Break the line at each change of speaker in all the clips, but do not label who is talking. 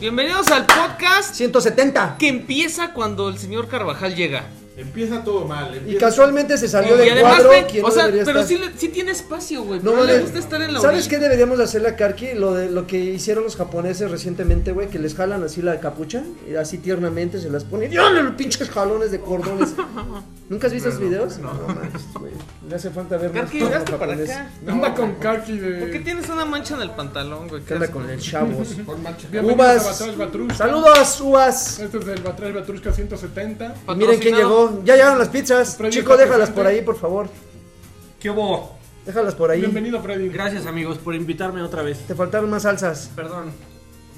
Bienvenidos al podcast
170.
que empieza cuando el señor Carvajal llega.
Empieza todo mal.
Y
empieza-
casualmente se salió
y
del
además,
cuadro.
ve,
¿quién
o
no
sea,
debería
pero
estar?
sí, le- sí tiene espacio, güey.
No,
No, le
vale.
gusta estar en la
¿Sabes qué
orilla.
deberíamos hacer a Karki? Lo de lo que hicieron los japoneses recientemente, güey, que les jalan así la capucha, y así tiernamente se las ponen. ¡Y órale, los pinches jalones de cordones! ¿Nunca has visto esos videos? No, manches, güey. Le hace falta ver más
Karki,
porno
llegaste para
japonés.
acá.
Anda con Kaki
¿Por qué
de.
tienes una mancha en el pantalón, güey?
¿Qué onda con el chavos?
Con mancha.
Bienvenidos
Uvas.
a Batrash Batrushka.
¡Saludos, uvas!
Este es el Batrash Batrushka 170.
Y miren quién llegó. Ya llegaron las pizzas.
Freddy
Chico,
está
déjalas
presente.
por ahí, por favor.
¿Qué hubo?
Déjalas por ahí.
Bienvenido, Freddy.
Gracias amigos por invitarme otra vez.
Te faltaron más salsas
Perdón,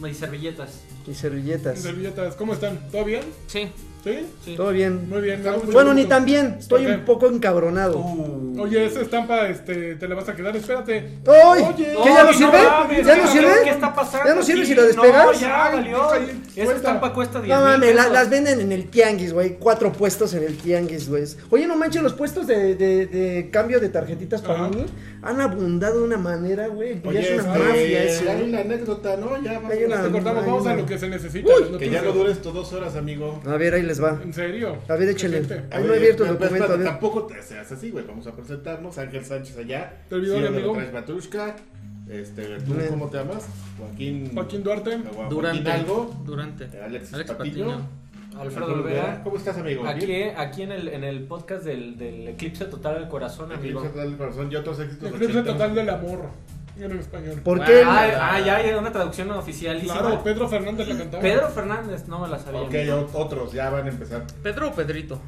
mis servilletas.
y servilletas.
Servilletas, ¿cómo están? ¿Todo bien?
Sí,
¿Sí?
sí.
Todo bien.
Muy bien. me da mucho
Bueno,
gusto.
ni tan bien. Estoy
¿Por qué?
un poco encabronado.
Oye, esa estampa este, te la vas a quedar. Espérate.
¡Ay!
Oye.
¿Qué ya no
Oye,
sirve?
mames,
¿Ya no
cabrón,
sirve?
¿Qué está pasando?
¿Ya no sirve
aquí?
si lo despegas?
No, ya
Ay,
valió.
deja ahí,
Esa
cuenta.
estampa cuesta 10
No mames,
mil
la-
pesos.
las venden en el tianguis, güey. Cuatro puestos en el tianguis, güey. Oye, no manches, los puestos de, de- de cambio de tarjetitas
Ajá.
Panini han abundado de una manera, güey. Ya es una
este,
mafia eso.
Hay una anécdota, ¿no? Ya vamos.
Hay una-
Te cortamos,
Ay,
vamos a
no.
lo que se necesita. las
Que ya
noticias.
no dure esto dos horas, amigo.
A ver, ahí les va.
¿En serio?
A ver, échele.
¿Qué gente?
A
Aún no he
ver,
abierto el
pero espérate,
documento. A ver.
Tampoco te seas así, güey. Vamos a presentarnos. Ángel Sánchez allá.
Te olvidó,
CEO de
amigo.
Batrash Batrushka. Este, ¿tú
Bien.
cómo te llamas? Joaquín.
Joaquín Duarte.
Agua- Joaquín
Durante.
Algo.
Durante.
Alexis
Alex
Patiño.
Patiño.
Alfredo Olvera.
¿Cómo estás, amigo?
Aquí,
Bien.
eh, aquí en, el, en el podcast del, del Eclipse Total del Corazón, amigo.
Eclipse Total del Corazón y otros éxitos
Eclipse
ochenteros.
total del amor. En español.
¿Por qué?
Ah, ah, ya hay una traducción oficial.
Claro, Pedro Fernández la cantaba.
Pedro Fernández, no me la sabía.
Ok,
amigo.
o- otros ya van a empezar.
¿Pedro o Pedrito?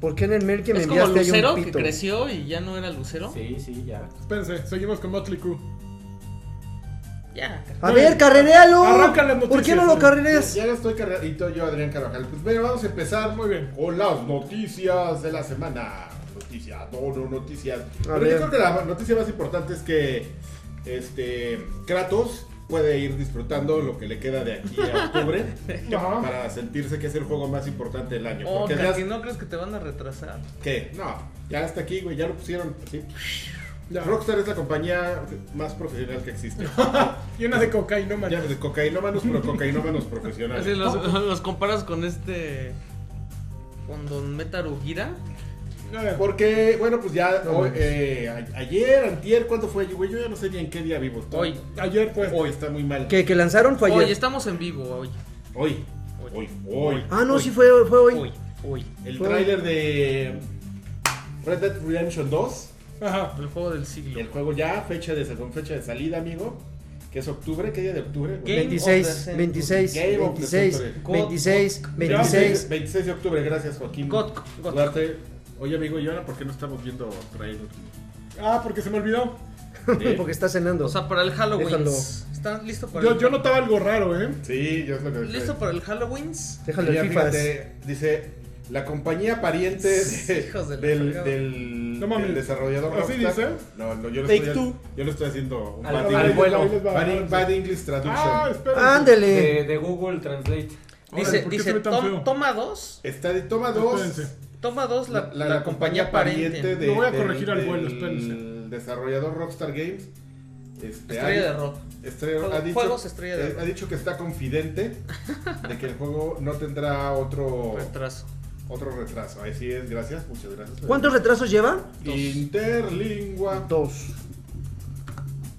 ¿Por qué en el mail que me
es como
enviaste hay
Lucero
un
que
pito?
creció y ya no era Lucero.
Sí, sí, ya.
Espérense, seguimos con Motley Crue.
Ya.
A ver, carrerealo.
Arranca las
¿Por qué no lo
noticias, güey.
carrereas?
Ya la estoy cargando. Y todo yo, Adrián Carvajal. Pues bueno, vamos a empezar
Muy bien.
con las noticias de la semana. Noticias, no, no, noticias. Pero
ver.
yo creo que la noticia más importante es que este Kratos puede ir disfrutando lo que le queda de aquí a octubre
Ajá.
para sentirse que es el juego más importante del año.
Oh,
Porque
que
ya-
no crees que te van a retrasar.
¿Qué? No, ya está aquí, güey, ya lo pusieron así.
Ya.
Rockstar es la compañía más profesional que existe.
Llena de cocaína, man.
Ya, de cocainómanos, pero cocainómanos profesionales.
Así los, los comparas con este. Con Don Metaru Gira.
Ya.
Porque, bueno, pues ya
No
hoy,
mames.
eh, a- ayer, antier, ¿cuándo fue? Güey, yo ya no sé ni en qué día vivo. Estoy-
Hoy.
Ayer, pues.
Hoy, está muy mal.
Que, que lanzaron fue
Hoy
ayer.
estamos en vivo, hoy.
Hoy.
Hoy.
Hoy. Hoy. hoy.
Ah, no,
Hoy.
sí fue, fue hoy.
Hoy, hoy.
El
Hoy.
tráiler de Red Dead Redemption 2.
Ajá.
El juego del
El
siglo.
juego ya, fecha de, con fecha de salida, amigo. Que es octubre. ¿Qué día de octubre? güey?
Game
26,
of the
26,
Game of the
26,
century.
26,
God.
26.
26 de octubre, gracias, Joaquín.
God- God.
Duarte. Oye, amigo, ¿y ahora por qué no estamos viendo trailer?
Ah, porque se me olvidó.
¿Eh?
Porque está cenando.
O sea, para el Halloween.
Déjalo.
¿Están listos para
Yo,
el
yo notaba algo raro, ¿eh?
Sí, yo es lo que
¿Listo para el Halloween?
Déjalo
Ya,
el FIFA.
fíjate, dice la compañía pariente de-
Hijos de la
del,
fregada.
del,
No mames.
del desarrollador.
¿Así
Rockstar.
dice?
No, no, yo lo
Take
estoy,
Two.
yo lo estoy haciendo un
Al-
bad,
al
English,
vuelo.
Ahí les va,
bad,
ahí les va.
bad English traduction.
Ah, espera.
Ándele.
Eh,
De, de Google Translate.
Dice,
¿por qué
dice
se ve tan
"Tom-
feo?
toma dos.
Está de toma 2.
Espérense.
Toma dos la, la, compañía,
pariente
parente.
de,
Lo voy a
del-
corregir al vuelo,
del
espérense.
desarrollador Rockstar Games. Este,
Estrella
ha-
de rock.
Estrella-
Juego-
ha dicho,
juegos Estrella de
eh,
rock.
ha dicho que está confidente de que el juego no tendrá otro
Retraso.
otro retraso. Ahí sí es, gracias, muchas gracias.
¿Cuántos retrasos lleva?
Interlingua.
Dos.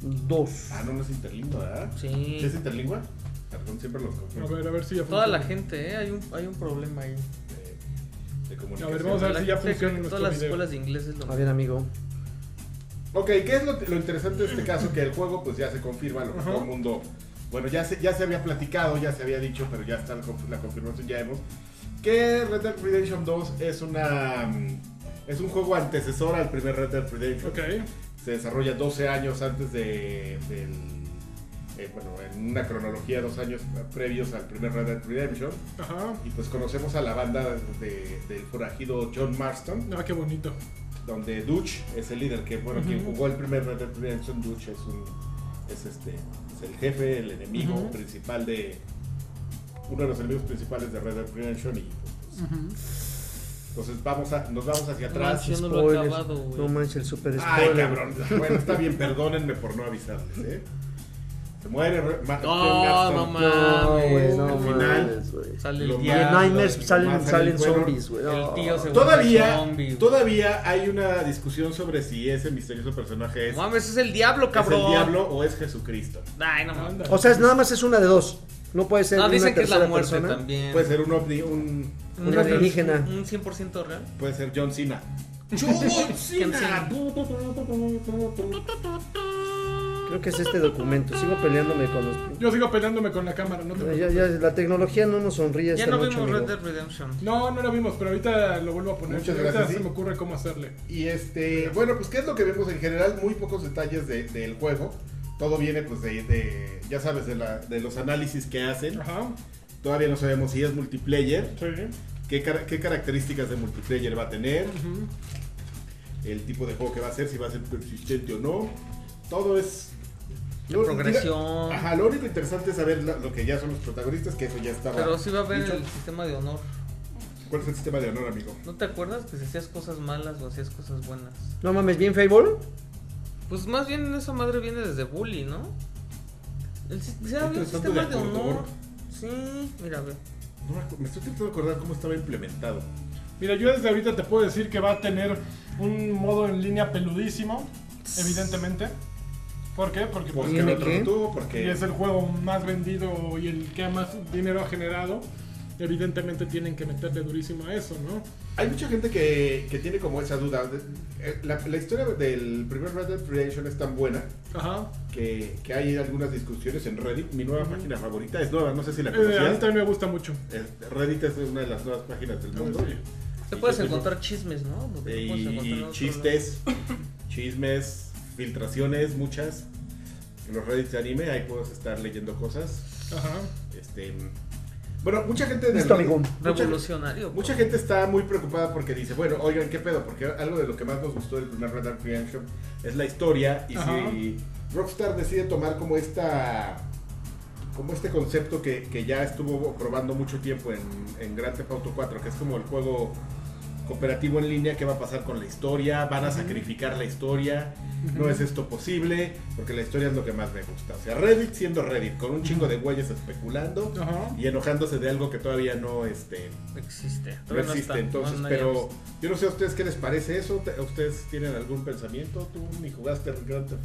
Dos.
Ah, no, no es interlingua, ¿verdad?
Sí.
¿Sí ¿Es interlingua? Perdón, siempre los
A
confundo.
ver, a ver si ya
Toda la
funciona.
gente, ¿eh? Hay un, hay un problema ahí.
De, de
A
comunicación.
ver, vamos a ver
La
si ya
gente cree
funciona
que
nuestro
todas las
video.
escuelas de inglés es lo
A
mismo.
ver, amigo.
Ok, ¿qué es lo, lo interesante de este caso? Que el juego pues ya se confirma lo que
Ajá.
todo el mundo... Bueno, ya se, ya se había platicado, ya se había dicho, pero ya está la conf- la confirmación, ya hemos... Que Red Dead Redemption 2 es una... mm, Es un juego antecesor al primer Red Dead Redemption.
Ok.
se desarrolla 12 años antes de, del, eh, bueno, en una cronología dos años previos al primer Red Dead Redemption.
Ajá.
Y pues conocemos a la banda de- del forajido John Marston,
Ah, qué bonito.
donde Dutch es el líder, que bueno, quien
Ujú.
jugó el primer Red Dead Redemption, Dutch es un, es este, es el jefe, el enemigo
Ujú.
principal de, uno de los enemigos principales de Red Dead Redemption y pues, entonces vamos a, nos vamos hacia
No
atrás.
manches, Yo no lo he
Spoilers.
acabado, güey.
No manches, el super
Ay,
spoiler.
cabrón. Bueno, está bien, perdónenme por no avisarles, ¿eh? Se muere. re- ma-
No,
Ken
no
Gaston.
mames.
güey, no
al final,
mames, güey.
Sale
Lo
el
más-
Y en
Diablo,
diablo.
Nightmares salen,
más
salen
el bueno.
zombies, güey.
El tío se
Todavía,
Zombie, güey.
todavía hay una discusión sobre si ese misterioso personaje es,
No mames, es el diablo,
es
cabrón.
el diablo o es Jesucristo.
Ay, no mames.
O sea, es- nada más es una de dos. No puede ser
No,
una
Ah, dicen que es la
tercera
muerte
persona.
también.
Puede ser un ovni, un,
Un-
un alienígena.
Un 100% real.
puede ser John Cena.
Cena.
Creo que es este documento. Sigo peleándome con los.
Yo sigo peleándome con la cámara, no te
Pues Ya, ya, la tecnología no nos sonríe.
Ya
esta
no
noche,
vimos
amigo.
Red Dead Redemption.
No, no la vimos, pero ahorita lo vuelvo a poner.
Muchas
ahorita
gracias,
se
sí.
me ocurre cómo hacerle.
Y este, bueno, pues qué es lo que vemos en general, muy pocos detalles de- del juego. Todo viene pues de, de- ya sabes, de, la- de los análisis que hacen.
Ajá.
Todavía no sabemos si es multiplayer,
Sí.
qué, car- qué características de multiplayer va a tener,
Ujú.
el tipo de juego que va a ser, si va a ser persistente o no. Todo es...
La
lo-
progresión.
Ajá, lo único interesante es saber la- lo que ya son los protagonistas, que eso ya estaba
Pero sí va a haber
dicho.
el sistema de honor.
¿Cuál es el sistema de honor, amigo?
¿No te acuerdas que si hacías cosas malas o hacías cosas buenas?
No mames, bien Fable.
Pues más bien esa madre viene desde Bully, ¿no? El, si- se habla de un
Estoy tratando
sistema
de
de honor.
acordar.
Sí, mira, ve.
No me acu- me estoy tratando de acordar cómo estaba implementado.
Mira, yo desde ahorita te puedo decir que va a tener un modo en línea peludísimo, evidentemente. ¿Por qué? Porque pues,
Porque
¿Tiene
el otro
qué?
no tuvo,
y
porque...
es el juego más vendido y el que más dinero ha generado. Evidentemente tienen que meterle durísimo a eso, ¿no?
Hay mucha gente que, que tiene como esa duda. Eh, La, la historia del primer Red Dead Redemption es tan buena
Ajá.
que, que hay algunas discusiones en Reddit. Mi nueva página favorita es nueva, no sé si la
Eh, a mí
conocías.
también me gusta mucho.
Eh, Reddit es una de las nuevas páginas del mundo.
Sí. Pues
Te
Y
puedes
yo tengo-
encontrar chismes, ¿no? Lo que
Eh,
puedes
Y,
encontrar en
y
otro
chistes, chismes, filtraciones, muchas. En los Reddits de anime, ahí puedes estar leyendo cosas.
Ajá.
Este, bueno, mucha gente en el
Listo,
Reddit-
amigo.
lado.
mucha-
Revolucionario. pues.
Mucha gente está muy preocupada porque dice, bueno, oigan, ¿qué pedo? Porque algo de lo que más nos gustó del primer Red Dead Redemption es la historia y
Ajá.
si Rockstar decide tomar como esta como este concepto que, que ya estuvo probando mucho tiempo en, en Grand Theft Auto 4, que es como el juego cooperativo en línea, ¿qué va a pasar con la historia? ¿Van a sacrificar la historia? ¿No es esto posible? Porque la historia es lo que más me gusta. O sea, Reddit siendo Reddit, con un chingo de güeyes especulando
Ajá.
y enojándose de algo que todavía no... Este,
Existe.
no
Todavía
existe,
está.
entonces,
No, no, ya no
pero
está.
yo no sé a ustedes qué les parece eso, ¿Te- ¿ustedes tienen algún pensamiento? ¿Tú ni jugaste al Grand Theft-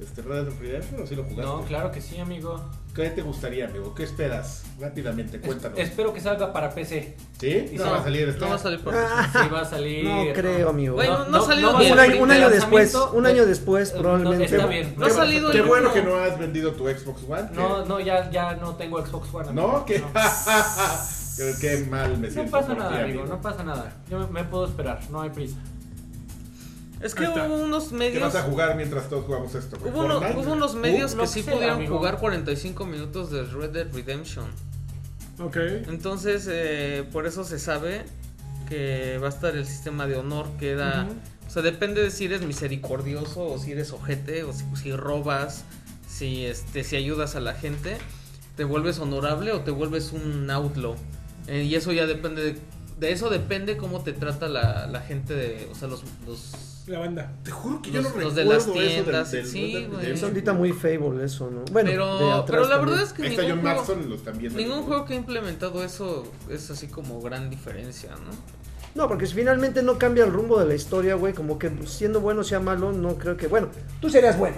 este, Red Dead Redemption o sí lo jugaste?
No, claro que sí, amigo.
¿Qué te gustaría, amigo? ¿Qué esperas? Rápidamente, cuéntanos.
Es- espero que salga para PC.
¿Sí?
y
No,
no,
va a salir
No
esto.
va a salir por
Sí, va a salir.
No creo, amigo.
Güey, no- no ha salido
va a
ni
un
el
año,
salir
primer
un
de
año después,
lanzamiento.
un año después
No,
probablemente.
está bien.
No ha
Qué-
salido
Qué
el
bueno
uno.
que no has vendido tu Xbox One.
No, no, ya, ya no tengo Xbox One.
que-
amigo.
¿No? ¿Qué? Qué- Qué mal me
No
siento.
pasa
por ti,
nada, amigo, no pasa nada. Yo me, me puedo esperar, no hay prisa.
Es que
Ahí está.
hubo unos
¿Qué
medios.
vas a jugar mientras todos jugamos esto? güey?
Hubo, uno-
¿Fortnite?
hubo
Uh,
unos medios
lo
que
que
sí
sea,
pudieron
amigo.
jugar 45 minutos de Red Dead Redemption.
Ok.
Entonces, eh, por eso se sabe que va a estar el sistema de honor que da.
Ujú.
O sea, depende de si eres misericordioso o si eres ojete o si, si robas, si, este, si ayudas a la gente. ¿Te vuelves honorable o te vuelves un outlaw? Eh, y eso ya depende de... de eso depende cómo te trata la, la gente de... O sea, los... los-
La banda.
Te juro que yo no
Los-
recuerdo
los de las
eso del-
tiendas,
del
sí,
Red Dead
güey.
Es
Redemption.
ahorita muy Fable eso, ¿no? Bueno, de
pero,
atrás
pero la
también.
verdad es que
Ahí está John
ningún, juego,
Marston, lo están viendo.
ningún juego que ha implementado eso es así como gran diferencia, ¿no?
No, porque si finalmente no cambia el rumbo de la historia, güey, como que pues, siendo bueno sea malo, no creo que... Bueno, tú serías bueno.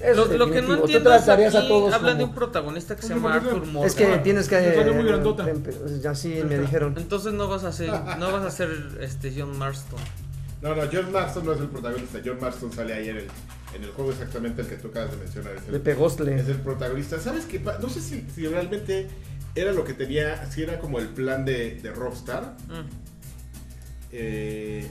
Eso
Lo,
es
lo que no
definitivo. Tú
entiendo es
tratarías
que
a todos
hablan de
como-
un protagonista que se
Un
llama
protagonista.
Arthur Morgan.
Es que tienes que...
Me salió muy grandota.
em- Así me dijeron.
entonces no vas a ser no vas a ser este John Marston.
No, no, John Marston no es el protagonista. John Marston sale ahí en el, en el juego exactamente el que tú acabas de mencionar. Es
Le
el,
pegósle.
es el protagonista. ¿Sabes qué? pa- No sé si, si realmente era lo que tenía, si era como el plan de, de Rockstar.
Mm.
eh,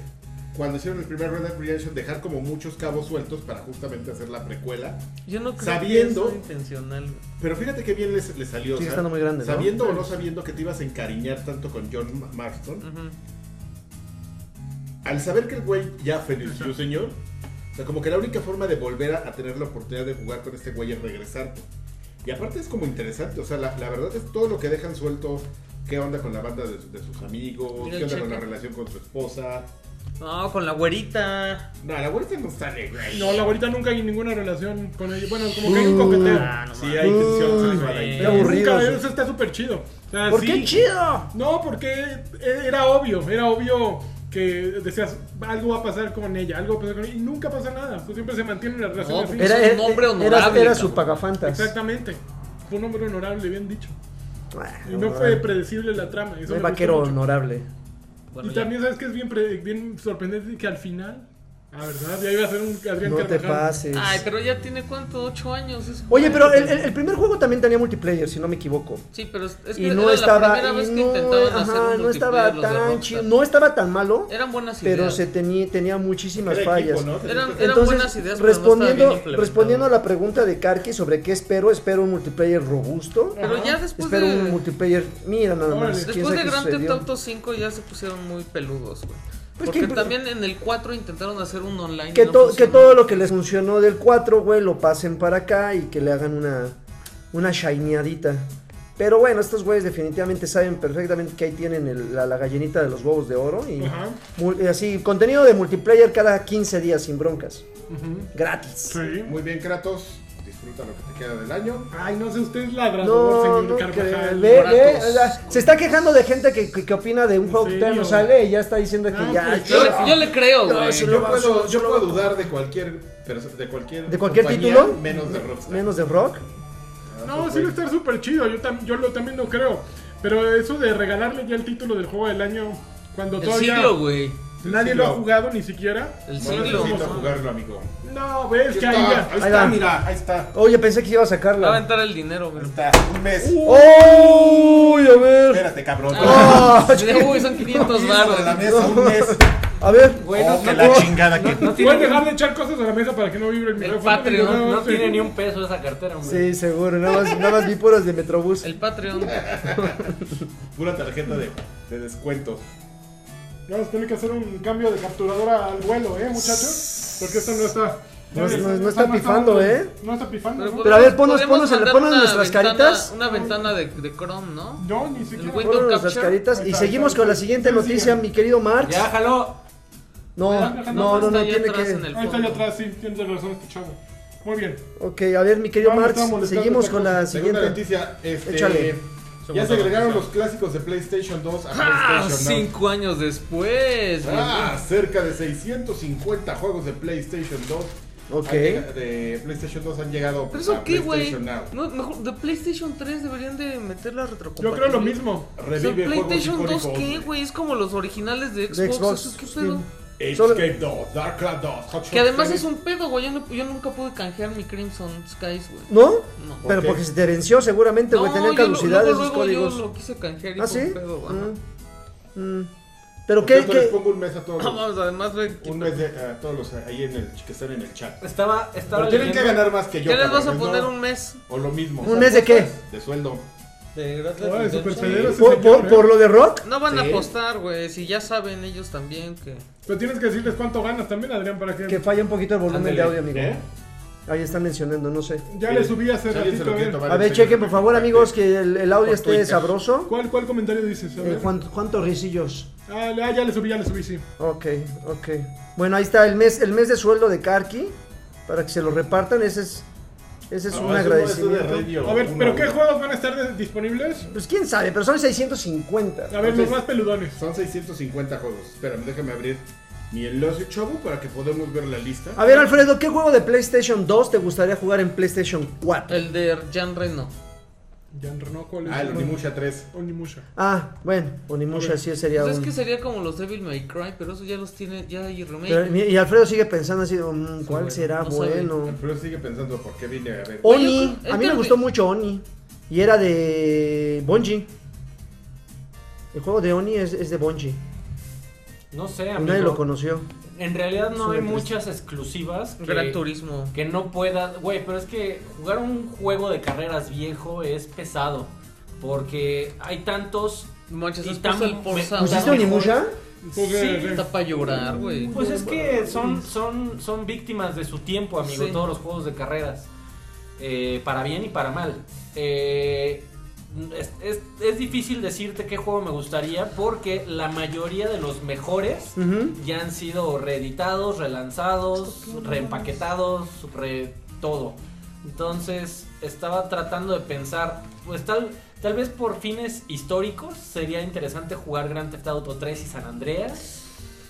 cuando hicieron el primer Red Dead Redemption, dejar como muchos cabos sueltos para justamente hacer la precuela.
Yo no creo
Sabiendo-
que sea intencional. güey.
Pero fíjate qué bien les, les
Sigue
salió. o sea,
estando muy grande, ¿no?
Sabiendo o no sabiendo que te ibas a encariñar tanto con John Ma- Marston,
Ujú.
al saber que el güey ya falleció, señor, o sea, como que la única forma de volver a, a tener la oportunidad de jugar con este güey es regresarte. Y aparte es como interesante, o sea, la, la verdad es todo lo que dejan suelto, qué onda con la banda de, su- de sus amigos,
Mira,
qué onda con la
checa.
relación con su esposa,
No, con la güerita.
No, la vuelta no sale, güey.
No, la abuelita nunca hay ninguna relación con ella. Bueno, como que hay un coqueteo.
Ah, no
Sí,
mames.
hay tensión
Uy,
sexual ahí.
qué
Pero
aburrido,
nunca-
sí.
eso está súper chido. O sea,
¿Por
sí.
qué chido?
No, porque era obvio, era obvio que decías algo va a pasar con ella, algo va a pasar con ella, y nunca pasa nada. Pues siempre se mantiene la relación
No,
así.
pues
porque- Es un hombre honorable,
Era, su
cabrón.
pagafantas.
Exactamente. Fue un hombre honorable, bien dicho.
Ah,
Y no fue predecible la trama. Eso
Soy
me gustó
vaquero
mucho.
honorable.
Bueno,
y
ya.
también sabes que es bien, pre- bien sorprendente que al final, ah, verdad, ya iba a ser un Adrián
No te
Carvajal.
pases.
Ay, pero ya tiene cuánto, ocho años. es-
Oye, pero el, el- el primer juego también tenía multiplayer, si no me equivoco.
Sí, pero es es que
Y no
era la
estaba,
primera
y
vez que
no,
intentaban hacer
ajá,
un
no estaba
multiplayer los de
tan
Rockstar.
chido, no estaba tan malo,
Eran buenas ideas.
pero se tenía, tenía muchísimas
Era equipo,
fallas.
¿no? Tenía
Eran-
que-
eran-
Entonces,
buenas ideas, pero no estaban
respondiendo,
bien implementadas.
respondiendo a la pregunta de Karki sobre qué espero, espero un multiplayer robusto.
Pero ya después
espero
de-
un multiplayer, mira nada
Órale.
más. quién
Después
sabe
de
qué
Grand Theft
sucedió.
Auto 5 ya se pusieron muy peludos, güey.
Pues
Porque
que-
también en el 4 intentaron hacer un online. y
Que,
no
to- que
funcionó.
todo lo que les funcionó del 4, güey, lo pasen para acá y que le hagan una, una shineadita. Pero bueno, estos güeyes definitivamente saben perfectamente que ahí tienen el- la, la gallinita de los huevos de oro y,
Ajá.
mul- y así, contenido de multiplayer cada 15 días sin broncas.
Ujú.
Gratis.
Sí.
Muy bien, Kratos. Disfruta lo que te queda del año.
Ay, no sé, usted es ladrador,
No,
señor
no, creo.
Carvajal.
Ve, ve,
Kratos.
o sea, se está quejando de gente que, que, que opina de un
¿En
juego que todavía no
serio?
sale y ya está diciendo que
Ah,
ya.
pues,
Yo
ya-
le, yo le creo,
No,
güey.
sí,
Yo
Solo-
puedo,
solo-
yo
solo-
puedo dudar de cualquier, perso- de cualquier,
¿De cualquier
compañía,
título?
menos de Rockstar.
Menos de rock.
No, sí va a estar súper chido, yo, tam- yo lo, también lo creo. Pero eso de regalarle ya el título del juego del año cuando
El
todavía
siglo, güey.
nadie
El
lo ha
siglo.
jugado ni siquiera.
El
No
siglo.
necesito jugarlo, amigo.
No, ves que
Ahí
ahí
está,
ya.
ahí
Ahí
está,
va.
mira, ahí está.
Oye, pensé que iba a
Le va a
sacarla.
entrar el dinero, güey.
Ahí está, un mes.
¡Uy! A ver.
Espérate, cabrón.
Uh. Ah,
Ah,
de, uy, son 500
Aquí sobre la
baros.
mesa, un mes.
A ver.
Bueno,
Oh, que
no-
la
no-
chingada
no-
que-
no
Puedes
tiene-
dejar de echar cosas a la mesa para que no vibre el micrófono.
Patreon,
Sí,
No
sí.
tiene ni un peso esa cartera, hombre.
Sí, seguro. Nada más, nada más vi puras de Metrobús.
El Patreon.
Pura tarjeta de, de descuento.
Vamos a tener que hacer un cambio de capturadora al vuelo, ¿eh, muchachos? Porque esto no está...
No, no, no
esta
está pifando,
dando-
¿eh?
No está pifando, ¿no?
pues,
Pero a ver,
podemos
ponos- ponos en-
mandar
ponos
una
nuestras
ventana-
caritas.
Una ventana de, de Chrome, ¿no?
No, ni siquiera.
güey-
Fueron nuestras
Capture.
caritas.
Ahí
Y
está, ahí
seguimos
está,
con la
ahí
siguiente
está.
noticia, mi querido Marx.
Ya, jaló.
No,
Ya, ya,
no, no,
está
no,
ahí
tiene
atrás en
que.
el-
Ahí está allá atrás, sí, tienes razón este chavo. Muy bien.
Ok, a ver, mi querido
No, me
Marx.
estaba molestando
Seguimos
otra
con
cosa.
la
Segunda
siguiente.
noticia, este,
Échale.
ya se agregaron los clásicos de PlayStation 2 a
¡Ah!
PlayStation Now.
Cinco años después, güey.
Ah, cerca de 650 juegos de PlayStation 2.
Ok.
han llega- De PlayStation 2 han llegado
¿Pero
a
eso qué, güey?
PlayStation Now.
No, mejor, de PlayStation 3 deberían de meter la
Yo
retrocompatibilidad.
creo lo mismo.
Revive
O sea,
juegos
PlayStation 2
icónicos,
qué, güey, es como los originales de Xbox,
De Xbox.
¿eso ¿qué
sí.
pedo?
Solo-
Escape 2, Dark Cloud 2, Hot
Que
Shot
además
3.
es un pedo, güey, yo, no- yo nunca pude canjear mi Crimson Skies, güey.
¿No?
No.
Pero
Ok.
porque se te herenció seguramente, güey.
No,
Tenían
yo lo-
caducidad
luego,
esos
luego
códigos.
Yo lo quise canjear y
¿Ah,
fue
sí?
un pedo, ajá.
Mm, mm. Pero
Por
qué.
cierto, les
qué-
pongo un mes a todos los,
Ah, Vamos, además, güey,
un mes de- a todos los ahí en el, que están en el chat.
Estaba, estaba
Pero tienen que
leyendo-
ganar más que yo.
¿qué les vas a
cabrones,
poner
¿no?
un mes?
O lo mismo.
¿Un mes de qué?
De sueldo.
De
Ay, super severo ese
¿Por,
señor,
por-
¿eh?
por lo de rock?
No van a
Sí.
apostar, güey, si ya saben ellos también que...
Pero tienes que decirles cuánto ganas también, Adrián, para que...
Que falla un poquito el volumen de audio,
Ándale,
amigo.
¿eh?
Ahí están mencionando, no sé.
Ya
Sí.
le subí hace
Alguien se lo
ratito,
quiere
eh.
tomar.
A ver, chequen por favor, amigos, que el, el audio
Por
esté
Twitter.
sabroso.
¿Cuál, ¿Cuál comentario dices? A
Eh,
ver.
Juan- ¿Cuántos risillos?
Ah, le- ah, ya le subí, ya le subí, sí.
Ok, ok. Bueno, ahí está el mes, el mes de sueldo de Karki. Para que se lo repartan, ese es, ese es
No,
un
Ah, eso no,
agradecimiento.
eso de radio,
A ver,
uno,
¿pero qué
uno.
juegos van a estar de- disponibles?
Pues quién sabe, pero son 650.
A ver, los más peludones.
Son 650 juegos. Espérame, déjame abrir mi enlace chavo para que podamos ver la lista.
A ver, Alfredo, ¿qué juego de PlayStation 2 te gustaría jugar en PlayStation 4?
El de Jan Reno.
Ya no, ¿cuál es?
Ah, el Onimusha 3.
Onimusha.
Ah, bueno, Onimusha sí sería
Pues es
uno.
que sería como los Devil May Cry, pero eso ya los tiene, ya hay
Pero,
remake.
mi- y Alfredo sigue pensando así, mm, ¿cuál
bueno,
será
no sabe.
bueno?
Alfredo sigue pensando por qué vine a ver.
Oh.
Oni,
Oye,
a mí me
es que-
gustó mucho Oni. Y era de Bungie. El juego de Oni es, es de Bungie.
No sé,
Y nadie lo
amigo.
conoció.
En realidad no
Suena
hay
triste.
muchas exclusivas que,
Gran Turismo.
que no puedas. Güey, pero es que jugar un juego de carreras viejo es pesado. Porque hay tantos.
No Manches,
Y
has
tan-
puesto el Forza.
me-
¿Pusiste
mejor.
Onimusha?
Pues, Entonces,
Está para llorar, güey.
Pues es que son, son, son víctimas de su tiempo, amigo,
Sí.
todos los juegos de carreras. Eh, para bien y para mal. Eh, es, es- es difícil decirte qué juego me gustaría porque la mayoría de los mejores
Ujú.
ya han sido reeditados, relanzados, reempaquetados, re todo. Entonces estaba tratando de pensar, pues tal, tal vez por fines históricos sería interesante jugar Grand Theft Auto 3 y San Andreas.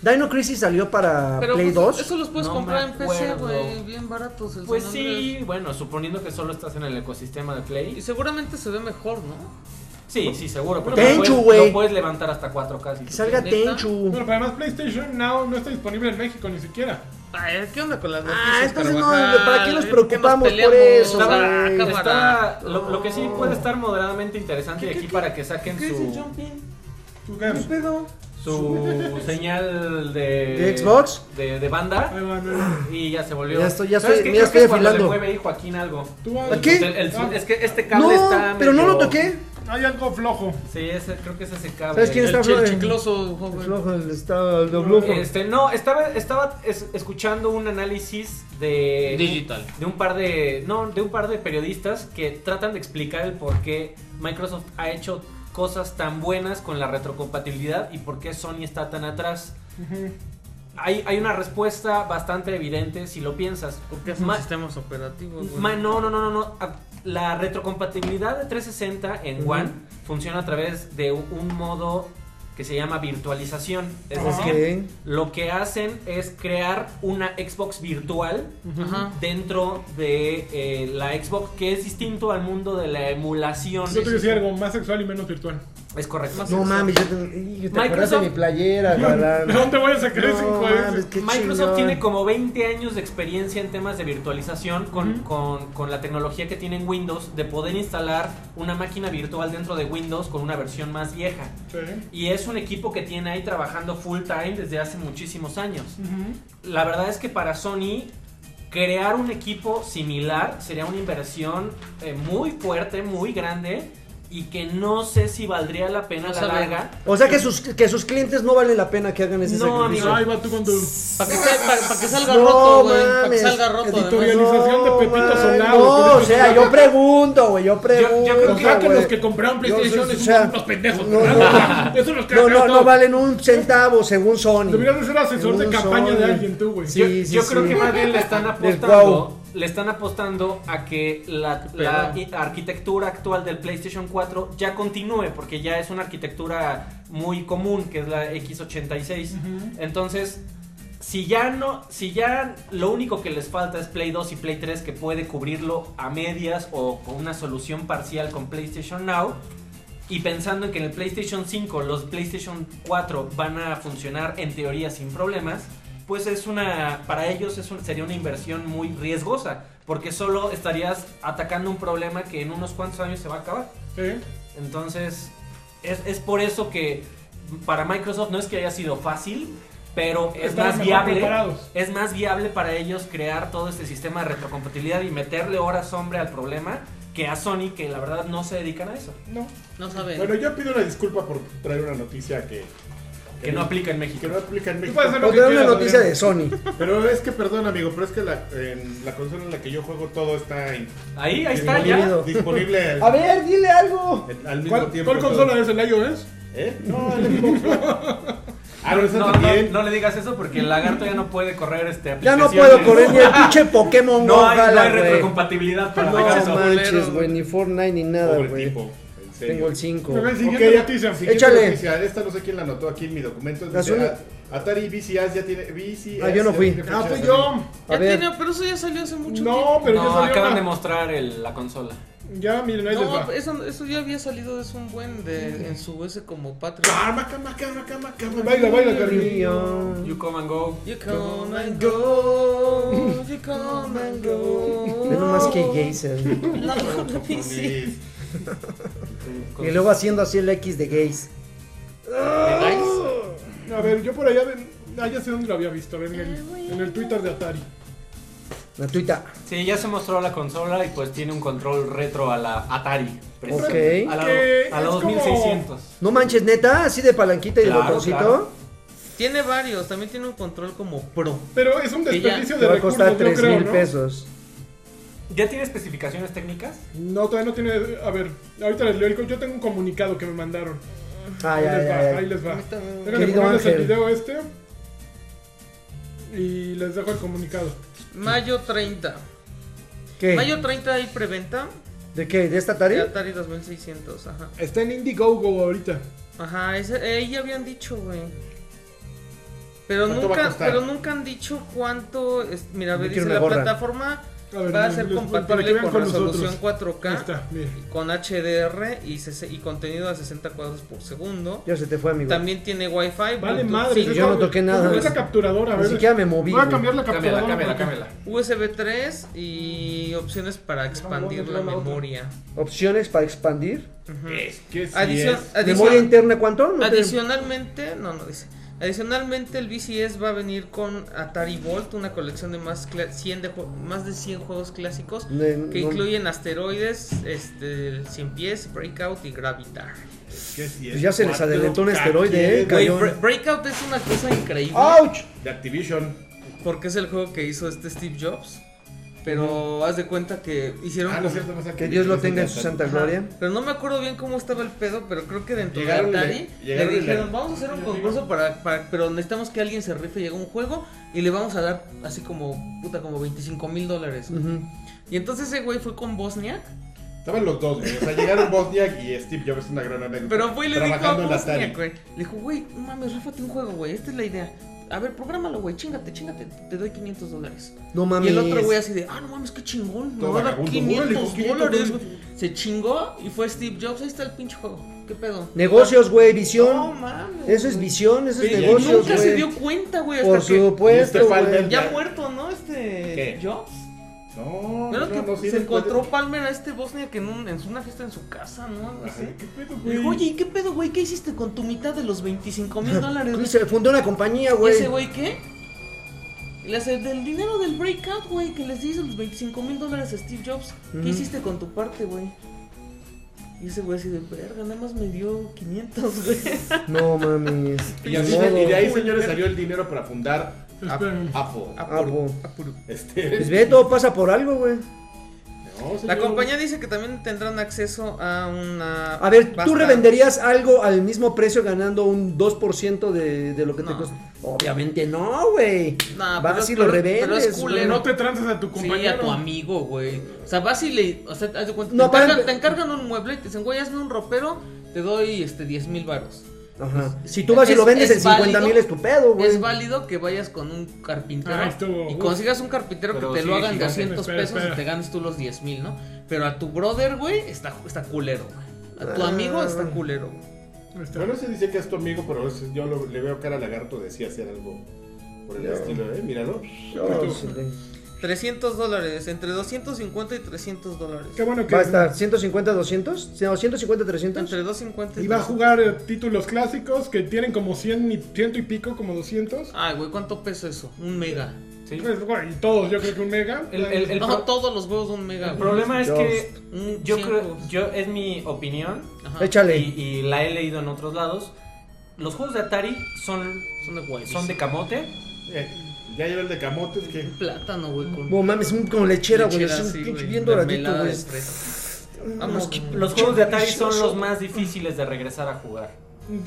Dino Crisis salió para Play
pues,
2.
Eso los puedes
No
comprar
me
en PC,
acuerdo.
güey, bien baratos. el
Pues
San Andreas.
sí, bueno, suponiendo que solo estás en el ecosistema de
Y
Play.
seguramente se ve mejor, ¿no?
Sí, sí, seguro. Pero
Tenchu,
lo puedes-
güey.
Lo puedes levantar hasta 4K. si
Que
tú
salga
¿Neta?
Tenchu.
Pero además PlayStation Now no está disponible en México ni siquiera.
Ay, ¿qué onda con las noticias?
Ah, entonces no,
Carvajal?
¿para qué nos
¿Por
preocupamos por
Eh, peleamos?
eso,
Está-
güey?
está-
Está, lo, lo que sí puede estar moderadamente interesante y aquí para que saquen
¿Qué dice
su,
Jumping? ¿Tú
¿Qué
ganas?
pedo?
su señal de,
¿De Xbox?
de, de banda
Ahí va, ahí va.
y ya se volvió.
Ya estoy, ya
¿Sabes
estoy,
qué?
mira,
Creo que
estoy
es cuando le
afilando.
mueve ahí Joaquín algo.
¿Tú
¿A qué?
El- el-
Ah.
es que este
No,
cable está
pero no
medio-
lo toqué.
Hay algo flojo.
Sí, ese, creo que es ese cable.
¿Sabes quién
El,
está
chi- el
flojo?
chicloso,
El
joven.
flojo, el está el doblujo.
Este, no, estaba, estaba es- escuchando un análisis de
Digital.
de un par de no de un par de periodistas que tratan de explicar el por qué Microsoft ha hecho cosas tan buenas con la retrocompatibilidad y por qué Sony está tan atrás. Hay, hay una respuesta bastante evidente si lo piensas.
Porque hacen
Ma-
sistemas operativos, güey.
Ma- no, no, no, no, no. A- La retrocompatibilidad de 360 en One funciona a través de u- un modo que se llama virtualización. Es
Ajá.
decir,
Ok.
lo que hacen es crear una Xbox virtual
Ajá.
dentro de eh, la Xbox, que es distinto al mundo de la emulación.
Yo te decía algo más sexual y menos virtual.
Es correcto.
No mames, yo te, y te acuerdas de
Microsoft-
mi playera, galán.
¿De dónde voy a sacar ese
No,
hijo de-
mames, qué
Microsoft
chingón.
tiene como 20 años de experiencia en temas de virtualización con, con- con la tecnología que tiene en Windows de poder instalar una máquina virtual dentro de Windows con una versión más vieja.
Sí.
Y es un equipo que tiene ahí trabajando full time desde hace muchísimos años.
Ujú.
La verdad es que para Sony crear un equipo similar sería una inversión eh, muy fuerte, muy grande y que no sé si valdría la
No
pena a la
sabe.
larga.
O sea que sus, que sus clientes no vale la pena que hagan ese
No,
sacrificio.
amigo.
Ahí va tú con tu
Para que, sa- pa- pa' que salga
No
roto, güey. Para que
mames.
salga roto.
Editorial.
además.
Realización de Pepito
mames,
Solano,
No,
Pepito
o sea,
Solano.
yo pregunto, güey, yo pregunto.
yo creo
O sea, que
güey.
los que compraron
Yo soy-
PlayStation
o
es
sea,
unos pendejos.
no,
¿verdad? Eso los que
No, no,
gastan
no
todo.
valen un centavo según Sony.
Deberías de ser asesor de
Según
campaña de
Sony.
alguien tú, güey.
Sí.
yo yo creo
sí.
que más bien le están
guau.
apostando, le están apostando a que la, la i- arquitectura actual del PlayStation 4 ya continúe, porque ya es una arquitectura muy común, que es la X86. Entonces, si ya no, si ya lo único que les falta es Play 2 y Play 3 que puede cubrirlo a medias o con una solución parcial con PlayStation Now. Y pensando en que en el PlayStation 5 los PlayStation 4 van a funcionar en teoría sin problemas, pues es una para ellos es un- sería una inversión muy riesgosa, porque solo estarías atacando un problema que en unos cuantos años se va a acabar.
Sí.
Entonces, es, es por eso que para Microsoft no es que haya sido fácil, pero es
Estaban
más
mejor
viable.
preparados.
Es más viable para ellos crear todo este sistema de retrocompatibilidad y meterle horas hombre al problema que a Sony, que la verdad no se dedican a eso.
No.
No saben.
Bueno, yo pido una disculpa por traer una noticia que,
Que no aplica en México.
que no aplica en México.
puedes hacer lo
O
que
de una
quieras,
noticia
Adrián.
de Sony.
Pero es que, perdón, amigo, pero es que la, en la consola en la que yo juego todo está en-
Ahí, ahí está, ya.
Bienvenido.
disponible al,
A ver, dile algo.
en- al mismo
¿Cuál,
tiempo.
cuál
todo.
consola es el iOS?
¿Eh? No, el Xbox. ah, no, esa
No, no,
también.
no le digas eso porque el lagarto ya no puede correr este
Ya no
aplicaciones.
puedo correr ni el pinche Pokémon Go,
No hay, no hay
jala, güey.
retrocompatibilidad para
No
Microsoft.
manches, güey, ni Fortnite ni nada,
Pobre
güey.
tipo. en serio.
Tengo el 5.
Ok, Siguiente
Ok, ya-
noticia.
siguiente
Échale.
noticia. Esta no sé quién la anotó aquí en mi documento.
La
Dice,
Sony.
"A- Atari VCS ya tiene. VCS
Ah, yo no fui.
ya tiene
Ah,
fecha
fui
de
yo.
A
Ya
ver.
tiene, pero eso ya salió hace mucho
No, pero ya
No,
salió
acaban
la-
de mostrar el- la consola.
Ya, miren, ahí
tiempo.
les va.
No, pues, eso, eso ya había salido, es un buen de, en su ese como Patreon.
Ah, maca, maca, maca, maca, maca.
Baila, baila, Carrillo.
Río.
You come and go.
You come and go, you come and go.
Ve nomás que Geyser.
La
Con
otra
mis-
bici.
eh,
Y luego haciendo así el X de gays.
A ver, yo por allá, ven- ah, ya sé dónde lo había visto, ven, en, el, en el Twitter de Atari.
La tuita.
Sí, ya se mostró la consola y pues tiene un control retro a la Atari.
Ok.
A la,
Que
a la
es como-
2600.
No manches, neta, así de palanquita y de
Claro,
botoncito.
claro.
Tiene varios, también tiene un control como pro.
Pero es un
Que ya
desperdicio
Te
de
va a
recursos,
costar
yo
3
creo,
mil
¿no?
pesos.
¿Ya tiene especificaciones técnicas?
No, todavía no tiene. A ver, ahorita les leo el. co- Yo tengo un comunicado que me mandaron.
Ay,
ahí
ay,
les va,
ay,
ahí
ay.
les va.
Ahí está,
Déjenme
Querido
ponerles el
Ángel.
video este. Y les dejo el comunicado.
Mayo 30.
¿Qué?
Mayo 30 hay preventa
¿De qué? ¿De esta
de
tarea?
Atari 2600. Ajá.
Está en Indiegogo ahorita.
Ajá, ese, ahí ya habían dicho, güey. Pero
¿Cuánto va a
nunca,
costar?
pero nunca han dicho cuánto. es- mira, ve,
Yo
dice
quiero una
la
gorra".
plataforma
A ver,
va a
les-
ser
les- para que
compatible
vean
con,
con
resolución
nosotros. Ahí
4K,
está, mira.
con HDR y, ses- y contenido a 60 cuadros por segundo.
Ya se te fue, amigo.
También tiene Wi-Fi.
Vale
Bluetooth
madre.
cinco,
yo no toqué nada.
Esa capturadora, a
Ni
ver.
siquiera me moví.
Voy a
güey.
cambiar la capturadora.
Cámbiala, cámbiala,
porque-
cámbiala.
USB 3 y opciones para expandir la memoria.
Opciones para expandir.
Es que sí
Adicio-
es.
adicio-
¿Memoria interna cuánto? No te-
Adicionalmente, no, no dice. Adicionalmente, el VCS va a venir con Atari Volt, una colección de más, cla- 100 de jue- más de 100 juegos clásicos
Ne-
que
no-
incluyen Asteroides, este, el Cien Pies, Breakout y Gravitar.
Es que sí es.
Pues ya se les adelantó un asteroide, eh,
Güey,
Cañón.
Bre- Breakout es una cosa increíble
¡Auch!
De Activision.
porque es el juego que hizo este Steve Jobs. Pero haz de cuenta que hicieron.
Ah, no
como-
es cierto, no es
Que
Activision,
Dios lo
es
tenga en
de
su
Atari.
santa
Ajá,
gloria.
Pero no me acuerdo bien cómo estaba el pedo, pero creo que dentro de
Llegaron y le-
Atari le,
llegaron y le-
dijeron, vamos a hacer un concurso para, para- pero necesitamos que alguien se rife y haga un juego y le vamos a dar así como, puta, como 25 mil dólares.
Ujú.
Y entonces ese güey fue con Bosniak,
Estaban los dos, güey. O sea, llegaron Bosniak y Steve Jobs, una gran anécdota.
pero fue y le dijo a
Trabajando en la
Bosniak,
Atari.
güey. Le dijo, güey, no mames, ráfate un juego, güey, esta es la idea. A ver, prográmalo, güey, chingate, chingate, te doy 500 dólares.
No mames.
Y el otro güey así de, ah, no mames, qué chingón, me
Todo
va a dar
vagabundo.
500
Órale, hijo,
dólares.
500
güey. Se chingó y fue Steve Jobs, ahí está el pinche juego, qué pedo.
Negocios, güey,
No
visión.
mames.
Eso es visión, eso es
Sí,
Nunca
negocios,
se
güey.
dio cuenta, güey, hasta
Por
que
Y
supuesto,
este
güey.
Palmer.
ya muerto, ¿no? Este
¿Qué?
Jobs.
No,
Pero
no,
que
no, sí,
se
después de-
encontró Palmer a este Bosnia que en, un- en una fiesta en su casa, ¿no? Algo
Ajá,
así.
¿Qué pedo,
Le
güey?
dijo, oye, ¿y qué pedo, güey? ¿Qué hiciste con tu mitad de los 25 mil dólares? güey?"
Se fundó una compañía,
¿Y
güey.
ese güey qué? Y Le hace, del dinero del breakout, güey, que les hizo los 25 mil dólares a Steve Jobs. ¿Qué
Ujú.
hiciste con tu parte, güey? Y ese güey así de verga, nada más me dio 500, güey.
No mames.
Y, así
Ni
se- y de ahí,
modo.
señores, salió el dinero para fundar
Esperen.
Apple.
Ah, po.
Este,
Pues ve, todo pasa por algo, güey.
Oh,
no, señor.
La compañía dice que también tendrán acceso a una.
A ver, ¿tú
pasta-
revenderías algo al mismo precio ganando un 2% de, de lo que te
No.
costó? Obviamente no, güey.
Nah, pero
Vas
es-
y lo
pero- pero es
revendes.
cool,
güey.
¿eh?
No te trances a tu
Sí,
compañero.
a tu amigo, güey. O sea, vas y le. O sea, haz de cuenta,
No,
te,
para-
encargan, te encargan un mueble y te dicen, güey, hazme un ropero, te doy este 10 mil varos.
Ajá. Si tú vas y lo
Es-
vendes
es
en 50
válido.
mil es tu pedo, güey.
Es válido que vayas con un carpintero
Ah, estuvo-
y consigas un carpintero
Pero
que te
sí,
lo hagan de
gigante.
200
Espera,
pesos
espera.
y te ganes tú los 10 mil, ¿no? Pero a tu brother, güey, está, está culero, güey. A tu amigo
Ah.
está culero, güey.
Ahí está.
Bueno, se dice que es tu amigo, pero es- yo lo- le veo cara a lagarto de sí hacer algo por el estilo, ¿eh? Míralo.
No, sí, güey.
300 dólares, entre 250 y 300 dólares.
Qué bueno que.
Va a estar 150, 200. No, 150, 300.
Entre 250
Y va a jugar eh, títulos clásicos que tienen como 100 y, ciento y pico, como 200.
Ay, güey, ¿cuánto pesa eso? Un mega.
Sí.
Pues, güey, y todos, yo creo que un mega.
El- el- el-
no,
pro-
todos los juegos un mega,
El
güey.
problema es
Yo-
que
Un
yo
cien
creo,
juegos.
yo es mi opinión
Ajá.
Échale.
y, y la he leído en otros lados. Los juegos de Atari son,
Son de guay.
son de camote.
Eh, ya lleva el de camotes que.
plátano, güey. Con
No mames, un con lechera, güey.
lechera
así,
así,
un pinche
güey,
bien
mermelada este.
doradito,
de
güey.
fresa. Vamos,
Los juegos de Atari son los más difíciles de regresar a jugar.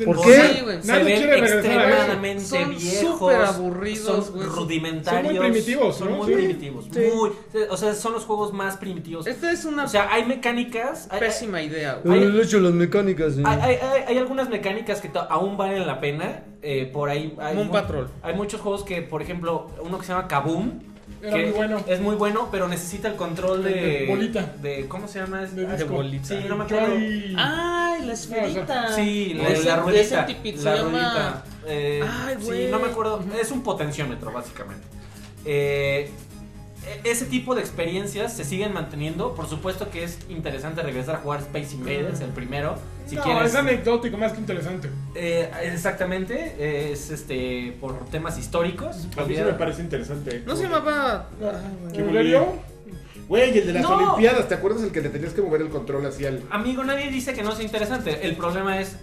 ¿Por
Nadie
qué?
Sí, güey,
Se ven
quiere regresar a eso.
extremadamente
Son
viejos.
súper aburridos,
son
güey.
rudimentarios.
Son muy primitivos,
Son
¿no?
muy
Sí.
primitivos.
Sí.
Muy, o sea, son los juegos más primitivos.
Esta es una
O sea, hay mecánicas. hay-
pésima idea, güey.
Ay.
El hecho de las mecánicas, eh. sí.
Hay, hay- hay- hay algunas mecánicas que to- aún valen la pena. eh, por ahí hay,
Moon Patrol.
hay muchos juegos que, por ejemplo, uno que se llama Kaboom.
Era
que
muy bueno.
Es muy bueno, pero necesita el control de.
De bolita.
de- ¿Cómo se llama?
De
Ah,
disco.
bolita.
Sí, no me acuerdo.
Joy-
Ay, la esferita.
Sí, la,
Ese-
la
ese
ruedita.
tipito
la
se llama-
ruedita. Eh,
Ay,
sí,
güey.
no me acuerdo. Es un potenciómetro, básicamente. Eh, e- ese tipo de experiencias se siguen manteniendo. Por supuesto que es interesante regresar a jugar Space Invaders, el primero. Si
no,
quieres.
es anecdótico, más que interesante.
Eh, exactamente, es este por temas históricos.
A mí sí me parece interesante. ¿eh?
No se llamaba.
¿Qué volvió?
Güey, el de las
No.
Olimpiadas, ¿te acuerdas el que le tenías que mover el control hacia el.
Amigo, nadie dice que no sea interesante. El problema es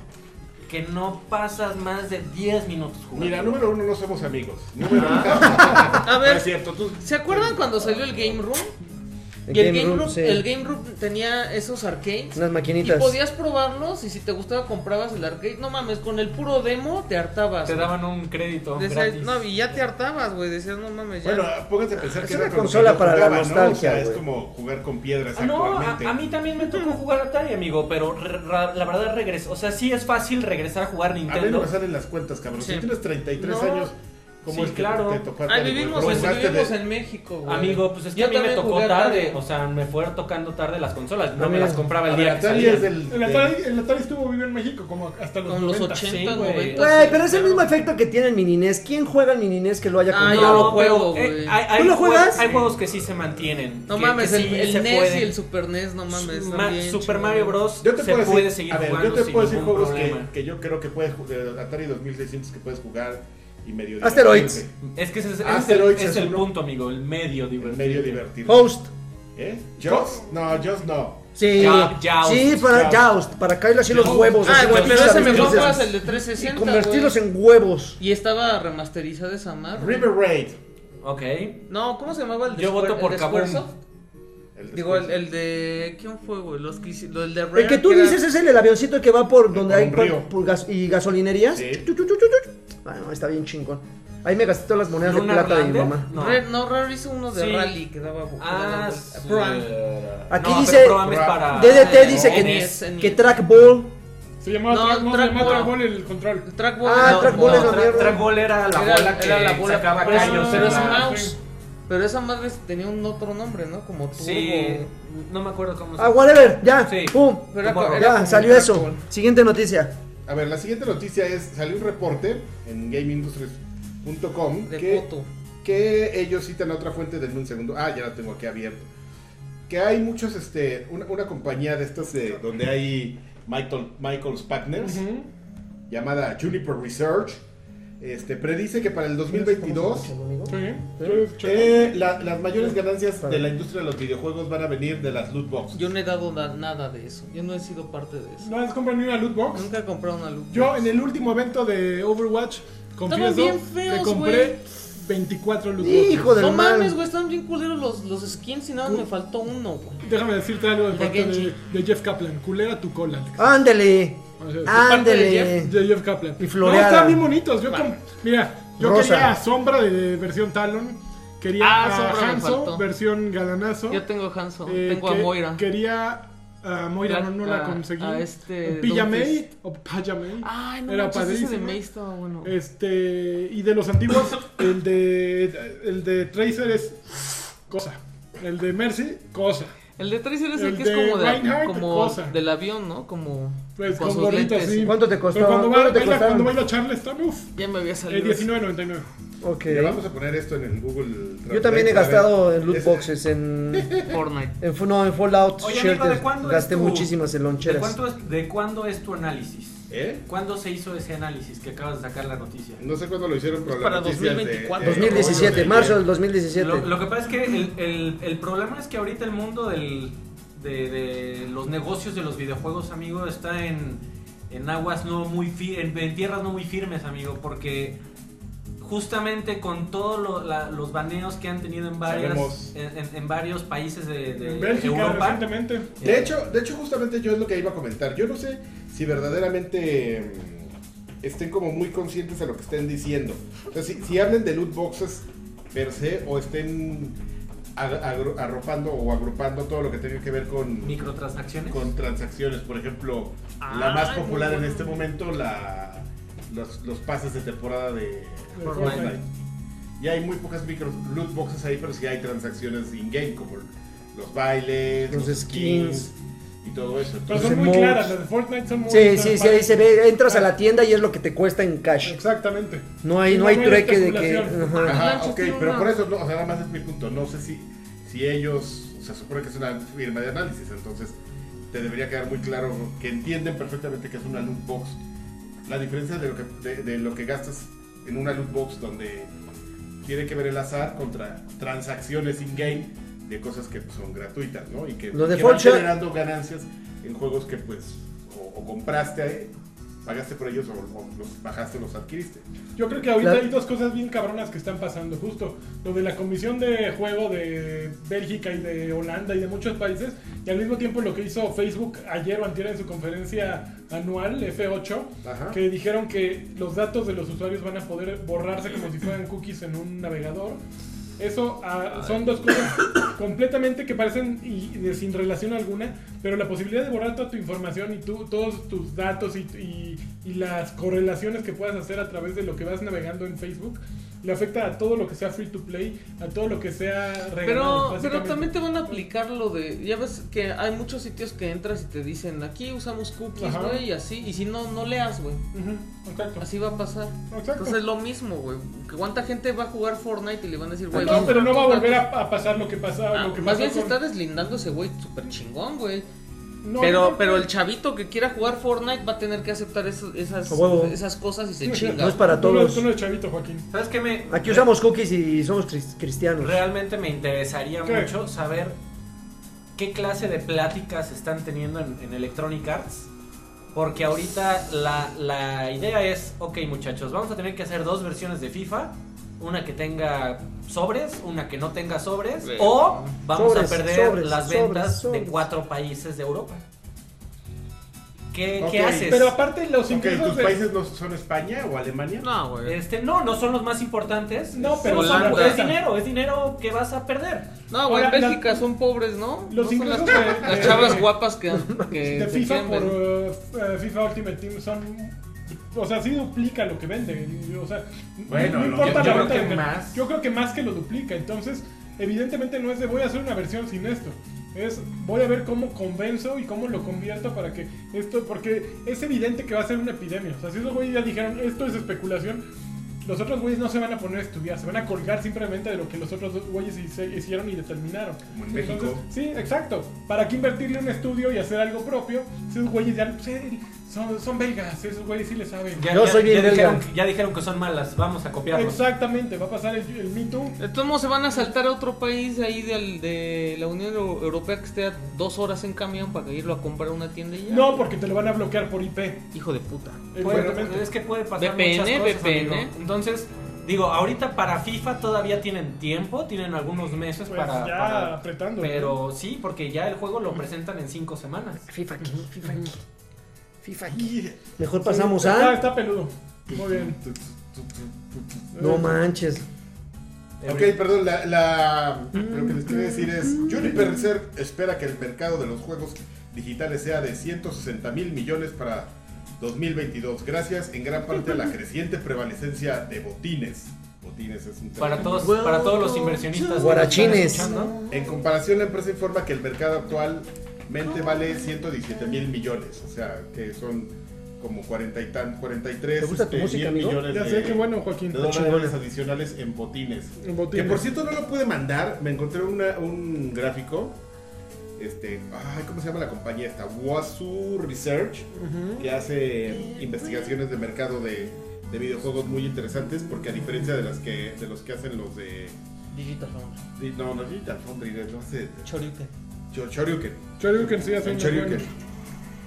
que no pasas más de 10 minutos jugando.
Mira, número uno, no somos amigos. Número
Ah.
A
No es
ver,
cierto, tú.
¿se acuerdan cuando salió el Game Room? Y el Game
Room,
Room,
sí.
el Game Room tenía esos arcades.
Unas maquinitas.
Y podías probarlos y si te gustaba comprabas el arcade. No mames, con el puro demo te hartabas.
Te
güey.
daban un crédito.
De esa-
gratis.
no, y ya te hartabas, güey. Decías, no mames, ya.
Bueno, pónganse a pensar
Es
que era
una
con lo que
consola
yo
para la
jugaba, ¿no?
nostalgia,
O sea, es
güey.
como jugar con piedras
Ah, No, a,
actualmente.
a mí también me tocó jugar Atari, amigo, pero re- ra- la verdad regreso. O sea, sí es fácil regresar a jugar
A mí no
Nintendo.
me salen las cuentas, cabrón.
Sí.
Si tienes 33
No.
años, ¿cómo
Sí,
es que
claro.
te tocó
Ahí
Atari, güey?
vivimos,
Pero
en-
jugaste
vivimos
de-
en México,
¿eh?
güey.
Amigo, pues es que
Yo
a mí me
también
tocó
jugué
tarde.
Atari.
O sea, me fueron tocando tarde las consolas. No
A
me
mí-
las compraba el
A ver,
día que
Atari es
salían.
El
del...
Atari, el Atari estuvo vivo en México como hasta los
Con los
90.
80,
sí, güey.
90.
Güey,
sí,
pero es el
claro.
mismo efecto que tiene el mini NES. ¿Quién juega el mini NES que lo haya
Ah, yo
comprado?
lo
No, pero,
juego,
eh,
güey.
hay- hay
¿Tú lo
jue-
juegas?
Hay juegos que sí se mantienen.
No
que-
mames,
que
el,
sí
el
se
NES
pueden.
y el Super NES, no mames.
Ma-
también,
Super
chingón.
Mario Bros.
Yo te
se
puedo
puede
decir,
seguir
a ver,
jugando
yo te
sin
puedo decir
ningún
juegos que,
problema.
que yo creo que puedes jugar, Atari 2600 que puedes jugar y medio
Asteroids.
divertirte.
Es que ese es, ese es el,
Asteroids
es
es
el
uno.
punto, amigo. El medio
El
divertido.
medio divertido.
Oh.
Host.
¿Eh? ¿Jaws? No, Jaws no.
Sí.
Ja- Joust.
sí, para
Joust.
Joust. Para caerle así los
Joust.
Pues,
huevos.
Ah,
así
güey,
con
pero
las
ese
pinzas,
mejor
pinzas.
juegas el de
Y
360.
convertirlos
güey.
en huevos.
Y estaba remasterizada esa madre.
River Raid.
Ok.
No, ¿cómo se llamaba el de
Yo
Square-
voto
el
por
de
Kaboom.
Squaresoft?
El de
Digo, el,
Squaresoft.
el de. ¿Quién fue, güey? Los que hici- lo- el de Rare,
El que tú
era-
dices es el, el avioncito que va por donde
Por
hay
un
pa-
río.
por gas- y gasolinerías.
Sí.
Chu, chu, chu, chu, chu. Bueno, Ah, está bien chingón. Ahí me gasté todas las monedas
¿Lunar
de plata de mi
Lander?
mamá.
No.
Rare- No, Rare hizo uno de
Sí.
Rally que daba. que
Ah,
daba-
sí.
Pro-Am.
Aquí
No,
dice
pero Pro-Am es para-
DDT
Ah,
dice
no,
que,
NES, NES.
que trackball.
Se llamaba
No,
Track- no, se
Track
llamaba
Ball.
Trackball el control.
Trackball.
Ah,
no,
trackball
no,
es la
tra-
mierda.
Trackball era la
Era-
bola que
era la bola
sacaba
pero, es-
callos.
pero
en
es
la-
mouse. Pero esa madre tenía un otro nombre, ¿no? Como turbo.
Sí, no me acuerdo cómo se
Ah, whatever, ya.
Sí.
Pum.
Pero Pues era,
Como-
co- era
Ya,
como
Ah, salió eso.
trackball.
Siguiente noticia.
A ver, la siguiente noticia es, salió un reporte en GameIndustries.com
De
que,
foto.
que ellos citan a otra fuente, denme un segundo, ah, ya la tengo aquí abierto, que hay muchos, este, una, una compañía de estas de, donde hay Michael, Michael's Partners,
Ujú.
llamada Juniper Research, este, predice que para el 2022
Sí. Yo les checo.
eh, la- las mayores ganancias de la industria de los videojuegos van a venir de las loot boxes.
Yo no he dado na- nada de eso. Yo no he sido parte de eso.
¿No has comprado ni una loot box?
Nunca he comprado una luz.
Yo en el último evento de Overwatch, confieso
bien feos,
que compré
güey.
24 loot boxes.
Hijo del
No
mal.
mames, güey, están bien culeros los, los skins y nada, más me faltó uno, güey.
Déjame decirte algo de
De
parte de,
Genji.
de Jeff Kaplan. Culera tu cola, Alex.
Ándele.
O sea,
Ah, Ándele.
De Jeff Kaplan.
Y floreada.
No, están bien bonitos. Yo com- Mira, yo
Rosa.
quería a Sombra de, de versión Talon. Quería
Ah,
a
Sombra me
Hanzo,
faltó.
versión Galanazo.
Yo tengo Hanson,
Eh,
tengo a
que-
Moira.
Quería a Moira, no, no la
A-
conseguí.
a este Ah.
Pijamey
Dentist.
o Pajamey.
Ay, no
Era
manches, ese de
padrísimo.
May estaba bueno.
Este, y de los antiguos, el de, el de Tracer es cosa. El de Mercy, cosa.
El de Tracer es
el
el que es
de
como, de,
Reinhardt,
como
cosa.
del avión, ¿no? Como
Pues
con
con
sus
gorrito
lentes.
así.
¿Cuánto te
Pero
costaba?
cuando,
¿Cuánto
baila,
te
baila,
costaron?
cuando baila eh, Charleston, uff,
Ya me había
el
salido. ese.
19.99.
Ok.
Ya vamos a poner esto en el Google
Yo también he
Translate, a ver.
gastado en loot
Es-
boxes, en,
Fortnite.
en, fu- no, en Fallout
Oye,
Shelter.
amigo, ¿de cuándo es
Gasté
tu-
muchísimas en
¿De,
loncheras.
cuánto es- de cuándo es tu análisis?
¿Eh?
¿Cuándo se hizo ese análisis que acabas de sacar la noticia?
No sé cuándo lo hicieron, pero
Es
las
para
noticias
2024.
de- Eh, de-
2017,
de-
marzo del 2017.
Lo, lo que pasa es que el, el- el problema es que ahorita el mundo del, de, de los negocios de los videojuegos, amigo, está en, en aguas no muy fi- en, en tierras no muy firmes, amigo, porque justamente con todos los baneos que han tenido en varias
Sabemos.
en, en- en varios países de, de
En Bélgica,
Europa.
recientemente.
De hecho, de hecho, justamente yo es lo que iba a comentar. Yo no sé si verdaderamente mm, estén como muy conscientes de lo que estén diciendo. O sea, si, si hablen de loot boxes per se o estén ag- agru- arropando o agrupando todo lo que tenga que ver con,
microtransacciones.
con transacciones. Por ejemplo, la
Ah,
más popular
muy
en
bueno.
este momento, la, los, los pases de temporada de
De
Fortnite.
Fortnite.
Y hay muy pocas micro loot boxes ahí, pero sí hay transacciones in-game, como los bailes,
Los
los,
skins.
skins, y todo eso.
Pero
Los
son muy
emotes.
claras, las de Fortnite son muy
Sí, sí, sí, ahí
transparentes.
se ve. Entras a la tienda y es lo que te cuesta en cash.
Exactamente.
No hay,
Sí,
no hay trueque de que.
especulación.
ajá.
Ajá,
Lanchas
ok,
tiene
pero
una-
por eso, no, o sea, nada más es mi punto. No sé si, si ellos, se supone que es una firma de análisis, entonces te debería quedar muy claro que entienden perfectamente que es una loot box. La diferencia de lo que, de, de lo que gastas en una loot box donde tiene que ver el azar contra transacciones in-game de cosas que pues, son gratuitas, ¿no? Y que,
Lo de
que van
Fortune-
generando ganancias en juegos que pues o, o compraste pagaste por ellos o, o los bajaste o los adquiriste.
Yo creo que ahorita
La-
hay dos cosas bien cabronas que están pasando, justo. Lo de la comisión de juego de Bélgica y de Holanda y de muchos países, y al mismo tiempo lo que hizo Facebook ayer o antier en su conferencia anual, F8,
Ajá.
que dijeron que los datos de los usuarios van a poder borrarse como si fueran cookies en un navegador. Eso ah, son dos cosas completamente que parecen y, y de- sin relación alguna, pero la posibilidad de borrar toda tu información y tú- todos tus datos y, y- y las correlaciones que puedas hacer a través de lo que vas navegando en Facebook le afecta a todo lo que sea free to play, a todo lo que sea regalado,
Pero, pero
básicamente.
también te van a aplicar lo de. Ya ves que hay muchos sitios que entras y te dicen aquí usamos cookies,
Ajá.
güey, y así. Y si no, no leas, güey.
Ujú, exacto.
Así va a pasar.
Exacto.
Entonces es lo mismo, güey. Que ¿Cuánta gente va a jugar Fortnite y le van a decir, güey,
No,
vamos
pero no va a
jugar
volver a, a pasar lo que pasa.
Ah,
lo que
más
pasó
bien se
con-
está deslindando ese güey súper chingón, güey.
No,
pero,
no,
pero el chavito que quiera jugar Fortnite va a tener que aceptar eso- esas,
A huevo.
esas cosas y se
No es
chinga.
No es para
Tú no-
todos.
Tú no eres chavito, Joaquín.
¿Sabes qué me.?
Aquí usamos cookies y somos cris- cristianos.
Realmente me interesaría
¿Qué?
mucho saber qué clase de pláticas están teniendo en, en Electronic Arts. Porque ahorita la, la idea es, ok muchachos, vamos a tener que hacer dos versiones de FIFA. Una que tenga sobres, una que no tenga sobres.
Sí.
O vamos
Sobres,
a perder
sobres,
las
sobres,
ventas de
sobres.
cuatro países de Europa. ¿Qué, qué
Ok,
haces?
Pero aparte los
Ok,
ingresos
¿tus
de-
países no son España o Alemania?
No, güey.
Este, no, no son los más importantes.
No, pero
Son-
Holanda.
es dinero, es dinero que vas a perder.
No, güey, en
Ahora, la-
Bélgica son pobres, ¿no? No
los
son
ingresos
las,
de-
las
de-
chavas guapas que, que
de
se pues.
FIFA
quieren
por
ver.
eh, f- eh, FIFA Ultimate Team son o sea, sí duplica lo que vende, y- o sea, n-
Bueno,
no
lo-
importa
yo- yo
la
creo
venta
que
de-
más.
Yo creo que más que lo duplica, entonces evidentemente no es de voy a hacer una versión sin esto. Es voy a ver cómo convenzo y cómo lo convierto para que esto porque es evidente que va a ser una epidemia. O sea, si esos güeyes ya dijeron, esto es especulación, los otros güeyes no se van a poner a estudiar, se van a colgar simplemente de lo que los otros dos güeyes hice- hicieron y determinaron.
Como en México.
Sí, exacto. ¿Para qué invertirle en un estudio y hacer algo propio? Si esos güeyes ya pues, eh, son, son belgas, esos güeyes sí le saben.
Yo soy bien belga.
dijeron, ya dijeron que son malas, vamos a copiarlos.
Exactamente, va a pasar el, el Me Too.
De todos modos se van a saltar a otro país ahí del- de la Unión Euro- Europea que esté a dos horas en camión para irlo a comprar a una tienda y ya.
No, porque te lo van a bloquear por Eh, IP.
Hijo de puta.
Puede-
pues,
evidentemente.
es que puede pasar
VPN,
muchas cosas,
VPN.
amigo. Entonces, digo, ahorita para FIFA todavía tienen tiempo, tienen algunos meses
Pues
para,
ya
para-
apretando.
Pero sí, porque ya el juego lo presentan en cinco semanas.
FIFA aquí, FIFA aquí. FIFA aquí.
Y-
Mejor pasamos
Está,
a.
está peludo. Muy bien.
No manches.
Ok,
Eh,
perdón, la, la- lo que les quiero decir es, Juniper Research espera que el mercado de los juegos digitales sea de 160 mil millones para 2022, gracias en gran parte a la creciente prevalencia de botines. Botines es un término.
Para todos, para todos los inversionistas. que nos
Guarachines.
están escuchando.
En comparación, la empresa informa que el mercado actualmente vale 117 mil millones, o sea, que son como 40 y tan, 43
¿Te gusta tu música,
mil
amigo?
millones
Ya
de-
sé, qué bueno, Joaquín.
de dólares adicionales en botines.
En botines.
Que por cierto no lo pude mandar, me encontré una- un gráfico. Este, ay, ¿cómo se llama la compañía esta? Wasu Research, que hace investigaciones de mercado de, de videojuegos muy interesantes, porque a diferencia de las que de los que hacen los de,
Digital
de- no, no Digital Foundry, de- no sé,
Chorique.
Cho- Shoryuken,
Shoryuken sí hace
en
un
Shoryuken.
buen-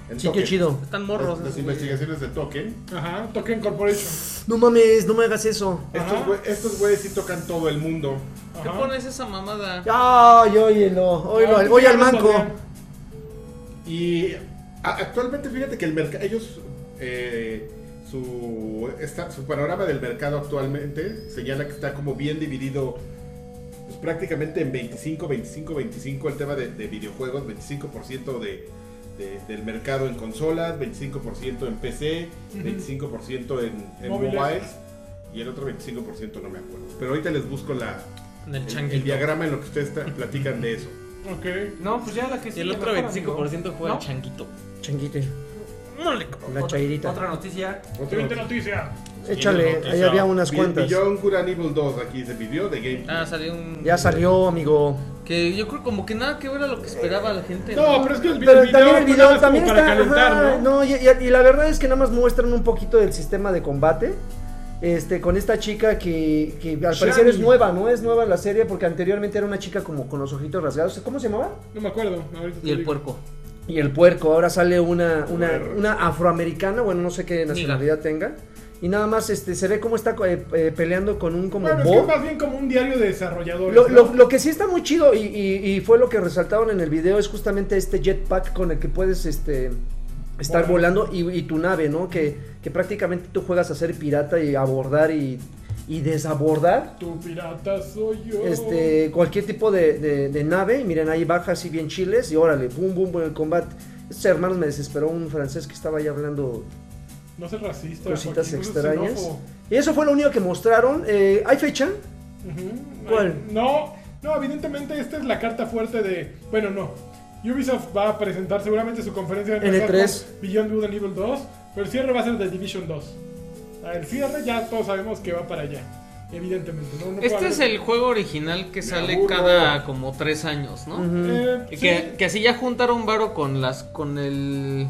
en
Sí, qué
Token.
chido.
Están
Las,
morros.
las
esos güeyes.
investigaciones de Token.
Ajá, Token Corporation.
No mames, no me hagas eso.
Estos
Ajá.
güey- estos güeyes sí tocan todo el mundo.
¿Qué
Ajá.
pones esa mamada?
Ay, óyelo, óyelo,
Ahorita
oye al
hablamos,
manco.
Adrián.
Y a- actualmente fíjate que el mercado, ellos, eh, su, esta- su panorama del mercado actualmente señala que está como bien dividido pues, prácticamente en 25, 25, 25 el tema de, de videojuegos, 25% de, de- del mercado en consolas, 25% en PC, 25% en, en
Móviles.
mobiles y el otro 25% no me acuerdo. Pero ahorita les busco la,
En el
el, el
changuito.
diagrama en lo que ustedes ta- platican de eso.
Ok.
No, pues ya la que
Y
sigue,
el otro
mejor,
25%
amigo.
juega
¿No?
al changuito.
Changuite,
No le co-
la
Ot-
chairita.
Otra noticia.
Siguiente noticia.
Échale, ahí había unas
Bi-
cuantas.
Beyond Good and Evil 2 aquí se pidió de Game.
Ah, salió un.
Ya salió, amigo.
Que yo creo como que nada que ver a lo que esperaba la gente.
No, pero es que el,
Pero
el
también el
pues,
video
nada más
también
como
está.
para calentar,
ajá,
¿no?
no, y, y- y la verdad es que nada más muestran un poquito del sistema de combate. Este, con esta chica que, que al parecer
Shani.
es nueva, ¿no? Es nueva en la serie porque anteriormente era una chica como con los ojitos rasgados. ¿Cómo se llamaba?
No me acuerdo. Ahorita te
Y el
digo.
puerco.
y el puerco. Ahora sale una, una,
Puerco.
una afroamericana, bueno, no sé qué nacionalidad tenga. Y nada más este, se ve cómo está eh, eh, peleando con un como
Bueno, es que
bo-
es más bien como un diario de desarrolladores.
lo,
¿no?
lo- lo que sí está muy chido y, y- y fue lo que resaltaron en el video es justamente este jetpack con el que puedes este, estar
Volar.
volando y, y tu nave, ¿no? Que, que prácticamente tú juegas a ser pirata y abordar y, y desabordar
Tu pirata soy yo.
este, cualquier tipo de, de- de nave. Y miren, ahí baja así bien chiles y órale, boom, boom, boom, el combate. Estos hermanos me desesperó un francés que estaba ahí hablando
No seas racista.
cositas
Joaquín, no seas
extrañas.
xenófobo.
Y eso fue lo único que mostraron. Eh, ¿Hay fecha?
Ujú.
¿Cuál?
Ay, No, no, evidentemente esta es la carta fuerte de. Bueno, no. Ubisoft va a presentar seguramente su conferencia
En
empezar
E3.
con Beyond Good and Evil 2, pero el cierre va a ser The Division 2. Ah, El cierre ya todos sabemos que va para allá. Evidentemente. ¿no? No puede
Este es
haber-
el juego original que sale
aburro.
cada como tres años, ¿no?
Ujú.
Eh,
Que,
sí.
que así ya juntaron varo con las con el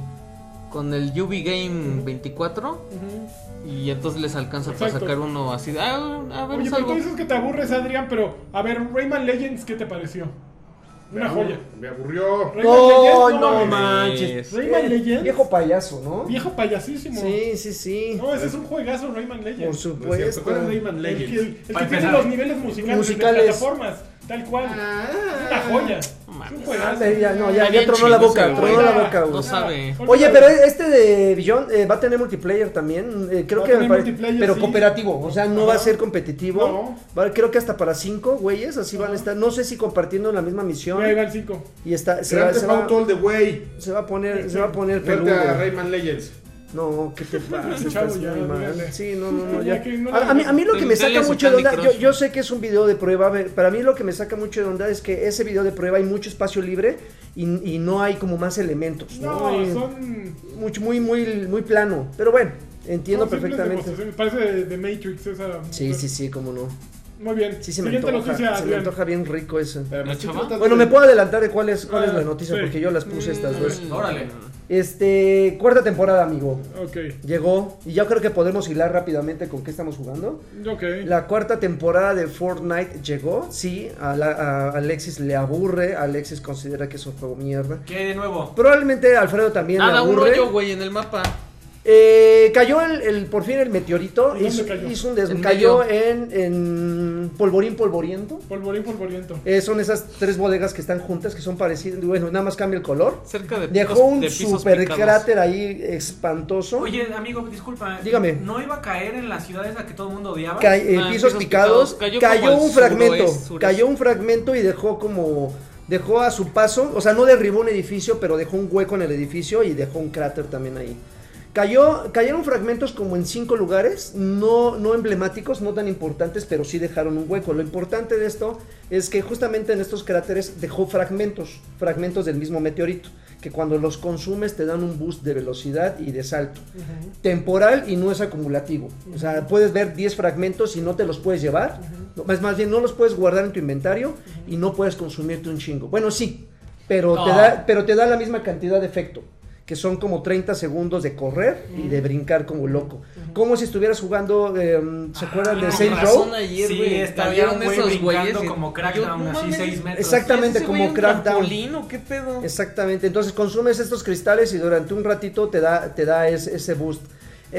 con el UV Game 24
Ujú.
y entonces les alcanza
Exacto.
para sacar uno así. de, Ah, a ver,
Oye,
es
pero tú
algo.
dices que te aburres, Adrián, pero a ver, Rayman Legends, ¿qué te pareció?
Me
Una
aburrió,
joya.
Me aburrió.
Rayman
No,
Legends,
no
mames.
manches.
Rayman
Eh,
Legends.
Viejo payaso, ¿no?
Viejo payasísimo.
Sí, sí, sí.
No, ese es un juegazo, Rayman
Por
Legends.
No es cierto.
supuesto.
¿Cuál es Rayman
El que, el
Legends?
que
Para
tiene
empezar.
los niveles musicales,
Musicales.
de plataformas, tal cual. Es una joya. Es
No mames.
un
Ah,
juegazo.
ya, no, ya,
Está
ya
bien
tronó la
chido
boca,
ese
tronó
güey.
la boca,
No
güey.
sabe.
Oye, pero este de Beyond eh, va a tener multiplayer también, eh, creo
Va a
que me
tener
parece-
multiplayer,
pero
sí.
cooperativo, o sea, no va a
Ajá.
ser competitivo.
No.
Va- creo que hasta para cinco güeyes así van a
Ajá.
estar, no sé si compartiendo la misma misión
Ahí va el 5.
y está se va,
Grand
se
Theft
va-
Auto All the Way.
se va a poner se va a poner
Vete
peludo.
a Rayman Legends.
No, ¿qué te pasa?
Chavo,
Estás
ya,
muy mal.
dale.
Sí, no, no, no, ya.
Ya que no
A, a mí, a mí lo que me
Dale
saca
su
mucho de
Candy
onda, yo,
Crush.
yo sé que es un video de prueba, ve- para mí lo que me saca mucho de onda es que ese video de prueba hay mucho espacio libre y, y no hay como más elementos.
No,
Hay
son.
mucho- muy, muy, muy plano. Pero bueno, entiendo
son simples
perfectamente.
demostraciones. Parece de, de Matrix esa.
Sí, sí, sí, cómo no.
Muy bien.
Sí, se me
Siguiente
antoja.
noticia,
se me
Adrián. Eh,
antoja bien rico eso.
Pero
¿La
estoy
chava?
tratando
Bueno,
de-
me puedo adelantar de cuál es, cuál
Ah,
es la noticia,
sí.
porque yo las puse estas
Mm,
dos.
Órale.
Este, cuarta temporada, amigo.
Ok.
Llegó, y yo creo que podemos hilar rápidamente con qué estamos jugando.
Ok.
La cuarta temporada de Fortnite llegó, sí, a, la- a Alexis le aburre, Alexis considera que es un juego mierda.
¿Qué hay de nuevo?
Probablemente a Alfredo también le
Nada, un
aburre.
rollo, güey, en el mapa.
Eh, cayó el, el- por fin el meteorito,
¿Y dónde
hizo,
cayó?
hizo un des-
En
cayó
medio.
en, en polvorín polvoriento.
Polvorín, polvoriento.
Eh, son esas tres bodegas que están juntas, que son parecidas, bueno, nada más cambia el color.
Cerca de
Dejó
picos-
un
de pisos
super
picados.
cráter ahí espantoso.
Oye, amigo, disculpa.
Dígame.
¿No iba a caer en la ciudad esa que todo el mundo odiaba?
Ca- eh,
Ah, pisos
pisos picados,
picados. Cayó
cayó,
como al
un fragmento,
suroeste, sureste.
cayó un fragmento y dejó como dejó a su paso, o sea, no derribó un edificio, pero dejó un hueco en el edificio y dejó un cráter también ahí. Cayó, cayeron fragmentos como en cinco lugares, no, no emblemáticos, no tan importantes, pero sí dejaron un hueco. Lo importante de esto es que justamente en estos cráteres dejó fragmentos, fragmentos del mismo meteorito, que cuando los consumes te dan un boost de velocidad y de salto
Ujú.
temporal y no es acumulativo. O sea, puedes ver 10 fragmentos y no te los puedes llevar. No, Es más bien, no los puedes guardar en tu inventario y no puedes consumirte un chingo. Bueno, sí, pero, te,
No.
da, pero te da la misma cantidad de efecto, que son como 30 segundos de correr y de brincar como loco. Como si estuvieras jugando, eh, ¿se acuerdan de
Ah, con
Saints Row?
Ah, Razón ayer,
Sí,
güey,
está
cayeron
bien, güey,
esos
brincando
güeyes.
como Crackdown, así,
mames,
seis metros.
Exactamente,
¿es ese
como
güey un
Crackdown.
trampolín o qué pedo?
Exactamente, entonces consumes estos cristales y durante un ratito te da, te da es- ese boost.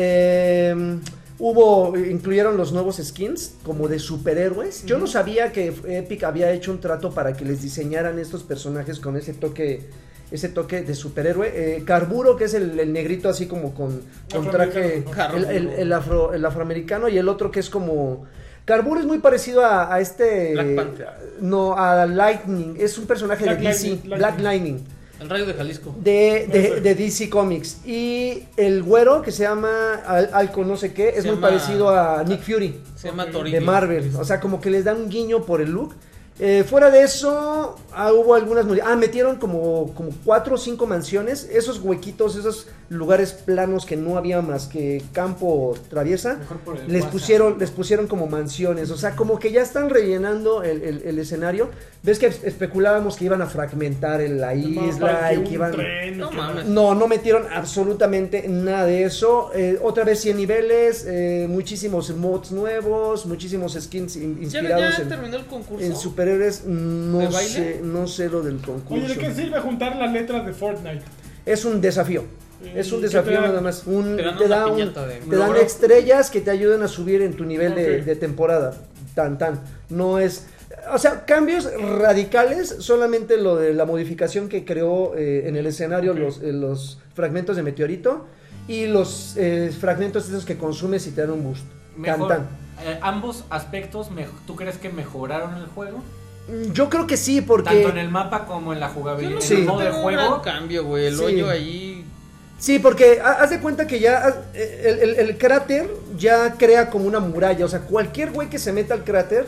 Eh, hubo, incluyeron los nuevos skins como de superhéroes. Yo no sabía que Epic había hecho un trato para que les diseñaran estos personajes con ese toque. Ese toque de superhéroe. Eh, Carburo, que es el, el negrito así como con, con traje. El,
Afroamericano.
el- el afro, el afroamericano. Y el otro que es como. Carburo es muy parecido a, a este.
Black Panther.
No, a Lightning. Es un personaje
Black
de DC.
Lightning,
Black
Lightning.
Lightning
El rayo de Jalisco.
de, de,
Perfecto.
de DC Comics. Y el güero que se llama Al- Alco no sé qué, es
Se
muy
llama-
parecido a Nick Fury
Se llama
Ok.
Toribio.
de Marvel. O sea, como que les da un guiño por el look. Eh, fuera de eso, ah, hubo algunas... modi- Ah, metieron como, como cuatro o cinco mansiones. Esos huequitos, esos lugares planos que no había más que campo traviesa.
Mejor por el
Les
WhatsApp.
pusieron, les pusieron como mansiones, o sea, como que ya están rellenando el, el- el escenario. Ves que especulábamos que iban a fragmentar el- la isla y que iban...
No mames.
No, no metieron absolutamente nada de eso. Eh, otra vez 100 niveles, eh, muchísimos mods nuevos, muchísimos skins in-
¿Ya,
inspirados
ya
en,
terminó el concurso?
en superhéroes,
¿De
no
baile?
sé, no sé lo del concurso.
Oye, ¿de qué sirve juntar las letras de Fortnite?
Es un desafío. Es un desafío
¿Qué te da?
nada más. Un-
Te
te,
dan una
da un-
piñata de-
te dan
Logro.
estrellas que te ayudan a subir en tu nivel de,
Ok.
de temporada. Tan, tan. No es... O sea, cambios radicales, solamente lo de la modificación que creó eh, en el escenario
Ok.
los, eh, los fragmentos de meteorito y los eh, fragmentos esos que consumes y te dan un boost. Tan,
Mejor,
tan.
eh, ambos aspectos, mej- ¿tú crees que mejoraron el juego?
Mm, Yo creo que sí, porque...
Tanto en el mapa como en la
Yo
jugabilidad.
no
en
sé,
el
Sí.
modo de
tengo un gran
juego.
cambio, güey. El
Sí.
hoyo ahí.
Sí, porque ha- haz de cuenta que ya ha- el, el- el cráter ya crea como una muralla. O sea, cualquier güey que se meta al cráter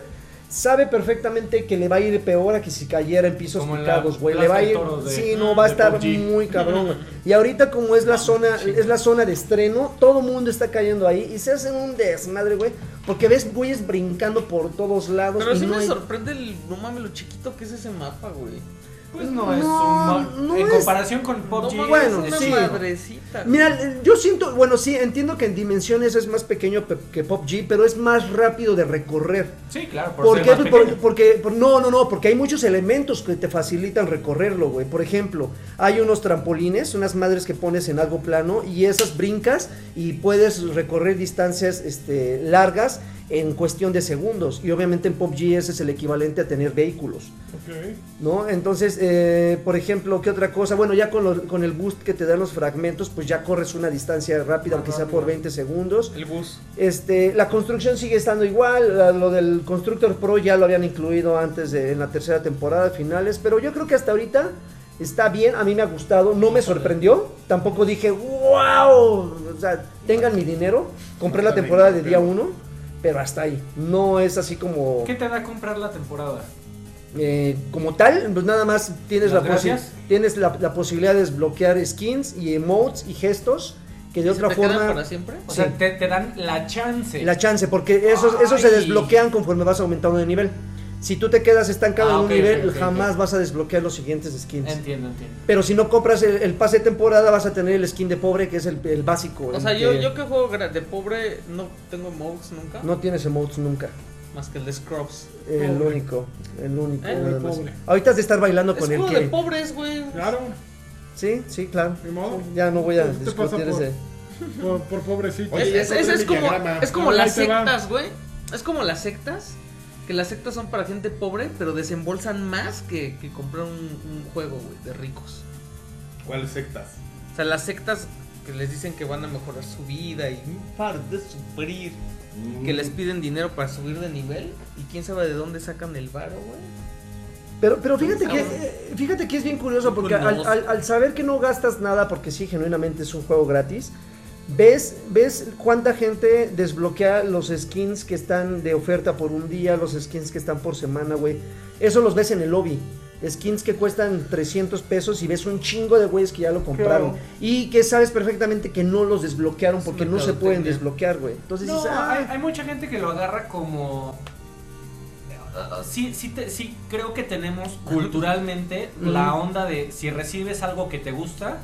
sabe perfectamente que le va a ir peor a que si cayera en pisos
Como en la
picados, güey. Le
Plaza
va a
de
ir.
Toros de-
sí, no, va a
de
estar
PUBG.
muy cabrón, güey. Y ahorita, como es la zona, es la zona de estreno, todo mundo está cayendo ahí y se hacen un desmadre, güey. Porque ves güeyes brincando por todos lados.
Pero
y
sí
Pues no
me
hay-
sorprende el. No mames, lo chiquito que es ese mapa, güey.
Pues no,
No,
es un ma-
no
En
es-
comparación con PUBG.
No mames,
bueno,
es una
sí.
madrecita. güey.
Mira, yo siento, bueno, sí, entiendo que en dimensiones es más pequeño pe- que Pop G, pero es más rápido de recorrer.
Sí, claro, por,
¿Por
ser
qué?
más
Pues por-
pequeño.
porque, por- no, no, no, porque hay muchos elementos que te facilitan recorrerlo, güey. Por ejemplo, hay unos trampolines, unas madres que pones en algo plano y esas brincas y puedes recorrer distancias este, largas en cuestión de segundos. Y obviamente en Pop G ese es el equivalente a tener vehículos.
Ok.
¿No? Entonces, eh, por ejemplo, ¿qué otra cosa? Bueno, ya con, lo- con el boost que te dan los fragmentos, pues ya corres una distancia rápida, aunque sea por 20 segundos.
El bus.
Este, la construcción sigue estando igual, la- lo del Constructor Pro ya lo habían incluido antes de, en la tercera temporada, finales, pero yo creo que hasta ahorita está bien, a mí me ha gustado, no me sorprendió, tampoco dije, wow, o sea, tengan mi dinero, compré la temporada de día 1, pero hasta ahí, no es así como...
¿Qué te da comprar la temporada?
Eh, como tal, pues nada más tienes, la,
Las
posi-
gracias.
tienes la, la posibilidad de desbloquear skins y emotes y gestos que de
¿Se
otra
te quedan para
forma
siempre?
O
Sí.
sea, te, te dan la chance.
la chance, porque esos, esos se
Ay.
desbloquean conforme vas aumentando de nivel. Si tú te quedas estancado
Ah,
en un
ok,
nivel,
ok, ok,
jamás vas a desbloquear los siguientes skins.
Entiendo, entiendo.
Pero si no compras el, el pase de temporada, vas a tener el skin de pobre, que es el, el básico.
O
el
sea, yo,
que
yo que juego gra- de pobre no tengo modes nunca.
No tienes emotes nunca.
Más que el de Scrubs.
El
Pobre.
único. El único.
Eh,
nada
el
más.
pobre.
Ahorita has de estar bailando
Es
con el
juego de
que.
pobres, güey.
Claro,
Sí, sí, claro.
Ni modo.
Ya no voy a
Esto pasa
discutir
por-
ese.
por, por pobrecito.
Oye, ya
es,
encontré
es- es
mi
como,
diagrama.
es como
Ahí
las
te va.
sectas, güey. Es como las sectas. Que las sectas son para gente pobre, pero desembolsan más que, que comprar un, un juego, güey, de ricos.
¿Cuáles sectas?
O sea, las sectas que les dicen que van a mejorar su vida y par de sufrir. Que les piden dinero para subir de nivel. Y quién sabe de dónde sacan el varo, güey.
Pero, pero fíjate que,
Ahora.
eh, fíjate que es bien curioso porque al,
Curioso.
al- al saber que no gastas nada, porque sí, genuinamente es un juego gratis, ves, ves cuánta gente desbloquea los skins que están de oferta por un día, los skins que están por semana, güey. Eso los ves en el lobby. Skins que cuestan 300 pesos y ves un chingo de güeyes que ya lo compraron.
Claro.
Y que sabes perfectamente que no los desbloquearon
Es
porque no se pueden
mercadotecnia.
desbloquear, güey. Entonces
No,
dices, "Ah".
hay, hay mucha gente que lo agarra como. Uh, Sí, sí, te- sí, creo que tenemos culturalmente
Ujú.
la onda de si recibes algo que te gusta,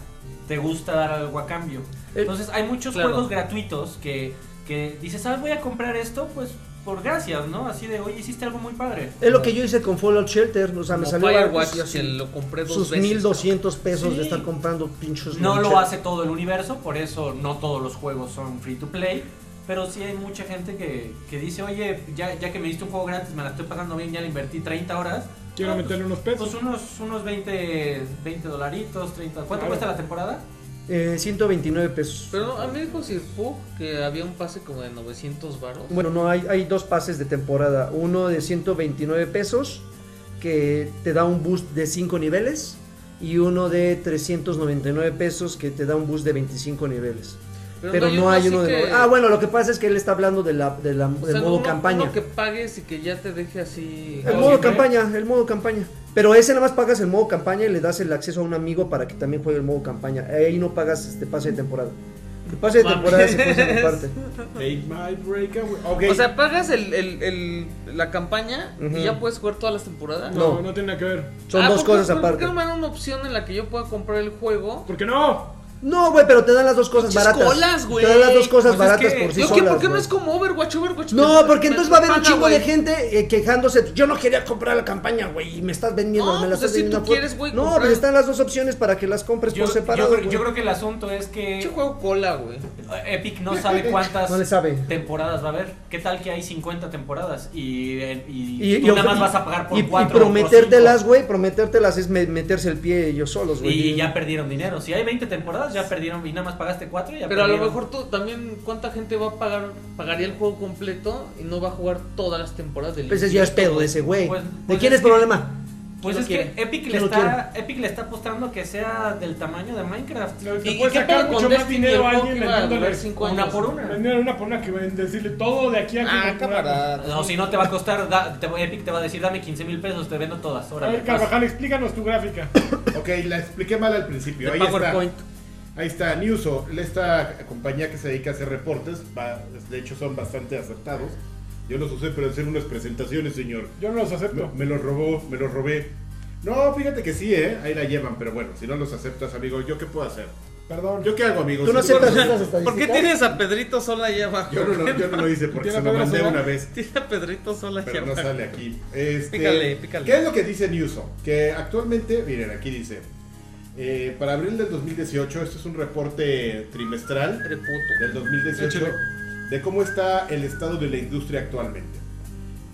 te gusta dar algo a cambio.
Eh,
Entonces hay muchos
claro.
juegos gratuitos que, que dices, ah, voy a comprar esto, pues por gracias, ¿no? Así de, oye, hiciste algo muy padre.
Es lo que yo hice con Fallout Shelter, o sea, Ah, me
Como
salió
Firewatch,
gratis y
que
así.
lo compré dos
sus
veces.
1200 pesos
Sí.
de estar comprando pinchos.
No lo
loncheras.
hace todo el universo, por eso no todos los juegos son free to play. Pero sí hay mucha gente que, que dice, oye, ya, ya que me diste un juego gratis, me la estoy pasando bien, ya le invertí 30 horas.
Quiero
Ah, pues,
meterle unos
Pues
pesos.
unos, unos 20, 20 dolaritos, 30. ¿Cuánto
Claro.
cuesta la temporada?
Eh, 129 pesos.
Pero no, a mí dijo Sir Pug que había un pase como de 900 varos.
Bueno, no, hay, hay dos pases de temporada. Uno de 129 pesos que te da un boost de 5 niveles. Y uno de 399 pesos que te da un boost de 25 niveles. Pero, no hay uno
así
de...
que-
Ah, bueno, lo que pasa es que él está hablando de la, de la, del
o sea,
modo
uno-
campaña.
uno que pagues y que ya te deje así.
El
Ah,
modo
siempre.
campaña, el modo campaña. Pero ese nada más pagas el modo campaña y le das el acceso a un amigo para que también juegue el modo campaña. Ahí no pagas este pase de temporada. El pase de
Mames.
temporada se cuesta aparte.
Take pues, my breakaway. Ok.
O sea, pagas el, el- el- la campaña
Ujú.
y ya puedes jugar todas las temporadas.
No,
no.
no tiene nada que ver.
Son
Ah,
dos
¿por qué-
cosas
por-
aparte.
¿Por qué no me dan una opción en la que yo pueda comprar el juego?
¿Por qué no?
No, güey, pero te dan las dos cosas
Pinches
baratas.
colas, güey.
Te dan las dos cosas
Pues es
baratas
que-
por sí
Yo,
solas.
¿qué? ¿Por qué no
güey.
es como Overwatch? Overwatch.
No,
me-
porque
me-
entonces
me
va a haber un
paga,
chingo de
güey.
gente eh, quejándose. Yo no quería comprar la campaña, güey, y me estás vendiendo.
No,
me la
pues,
estás
si tú
vendiendo a fuer-
quieres, güey,
No,
comprar-
pero están las dos opciones para que las compres
Yo,
por
yo
separado.
creo-
güey.
yo creo que el asunto es que
Yo juego cola, güey.
Epic no sabe cuántas
No le sabe.
temporadas va a haber. ¿Qué tal que hay 50 temporadas? Y, eh, y,
Y,
tú
y-
nada más
y-
vas a pagar por
y, y
cuatro.
prometértelas,
por
güey, prometértelas es me- meterse el pie ellos solos,
cinco.
güey.
Y ya perdieron dinero. Si hay 20 temporadas, ya perdieron y nada más pagaste cuatro. Ya
Pero a lo
perdieron.
mejor tú también, ¿cuánta gente va a pagar? Pagaría el juego completo y no va a jugar todas las temporadas del
Pues es ya es pedo de ese güey.
Pues-
¿De
pues
quién
es
es
que-
problema?
Pues
¿Quién
es
lo
que Epic le,
¿Quién lo
está, Epic le está apostando que sea del tamaño de Minecraft.
Le-
¿Y,
le
y
puedes
qué
sacar
pedo
mucho
con
más
Destiny? El
dinero a
juego
alguien
que iba a
vendiéndole.
durar 5 años.
Una por una.
Vender una por una que ven- decirle todo de aquí a
Ah,
que
camarada.
No, si no te va a costar, da- te- Epic te va a decir, dame 15 mil pesos, te vendo todas.
A
Órale,
ver,
vas.
Carvajal, explícanos tu gráfica.
Ok, la expliqué mal al principio.
De
Ahí
PowerPoint.
está. Ahí está Newso, esta compañía que se dedica a hacer reportes, va- de hecho son bastante acertados. Yo los usé para hacer unas presentaciones, señor.
Yo no los
Me,
acepto.
me los robó, me los robé. No, fíjate que sí, ¿eh? Ahí la llevan, pero bueno, si no los aceptas, amigo, ¿yo qué puedo hacer?
Perdón.
¿Yo qué hago, amigo?
Tú no
Si-
aceptas estas estadísticas.
¿Por qué tienes a Pedrito sola allá abajo?
Yo no, lo- yo no lo hice porque
¿Tiene
se lo
Pedro
mandé
Sola?
una vez.
Tiene a Pedrito sola allá
Pero no
abajo.
sale aquí. Este,
Pícale, pícale.
¿Qué es lo que dice Newsom? Que actualmente, miren, aquí dice, eh, para abril del 2018, esto es un reporte trimestral
Eres puto.
del 2018 de cómo está el estado de la industria actualmente.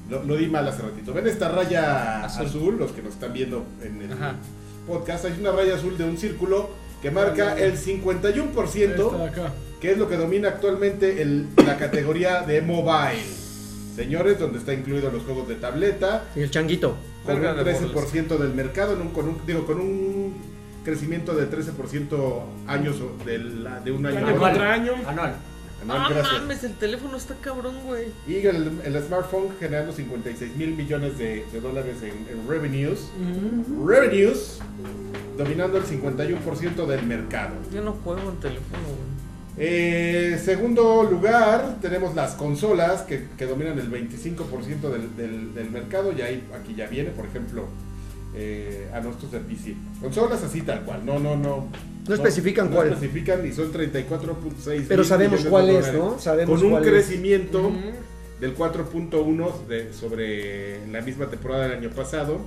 Lo, lo di mal hace ratito. Ven esta raya azul,
Azul.
los que nos están viendo en el
Ajá.
podcast, hay una raya azul de un círculo que marca el 51%
Esta de acá.
que es lo que domina actualmente el- la categoría de mobile. Señores, donde está incluidos los juegos de tableta,
Y el changuito.
con un
Carga de
13% del mercado, en un- con, un, digo, con un crecimiento de 13% años o- del- de un año.
Año
a
contra
otro.
año.
Anual.
Anual,
Ah,
gracias.
mames, el teléfono está cabrón, güey.
Y el, el smartphone generando 56 mil millones de, de dólares en, en revenues. Revenues dominando el 51% del mercado.
Yo no juego en teléfono, güey.
Eh, segundo lugar, tenemos las consolas que, que dominan el 25% del, del- del mercado. Y ahí, aquí ya viene, por ejemplo, eh, a nuestros de PC. Consolas así tal cual, no, no, no.
especifican cuál.
No especifican y son 34.6.
Pero
mil
sabemos
millones de
cuál es,
dólares,
¿no? Sabemos
Con un
cuál es.
crecimiento del 4.1 de- sobre la misma temporada del año pasado.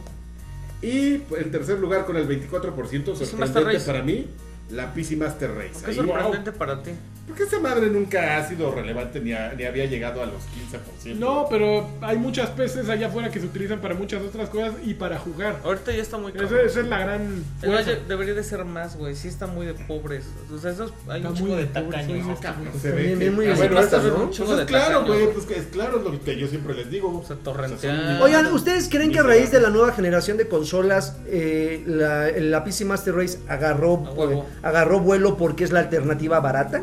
Y pues, en tercer lugar, con el 24%,
Master
sorprendente
Race.
para mí, la PC Master Race.
Qué
Ahí,
sorprendente para ti.
porque esa madre nunca ha sido relevante ni, ha- ni había llegado a los 15%.
No, pero hay muchas peces allá afuera que se utilizan para muchas otras cosas y para jugar.
Ahorita ya está muy
Ese-
cabrón.
Esa, es la gran.
El
fuerza.
Valle debería de ser más, güey. Sí está muy de pobres. O sea, esos hay
Está
un
muy
chingo de
de pobres,
tacaños.
güey.
¿no, cabrón?
se ve
Bien,
que-
bien, muy
Ah,
bien.
bueno,
Pasa
estas,
ver un
¿no?
chingo
Pues es
de
claro,
tacaños.
güey, pues que es claro lo que yo siempre les digo.
O sea, torrentear.
son-
Oigan, ¿ustedes creen que a raíz de la nueva generación de consolas eh, la, la PC Master Race agarró,
A huevo.
eh, agarró vuelo porque es la alternativa barata?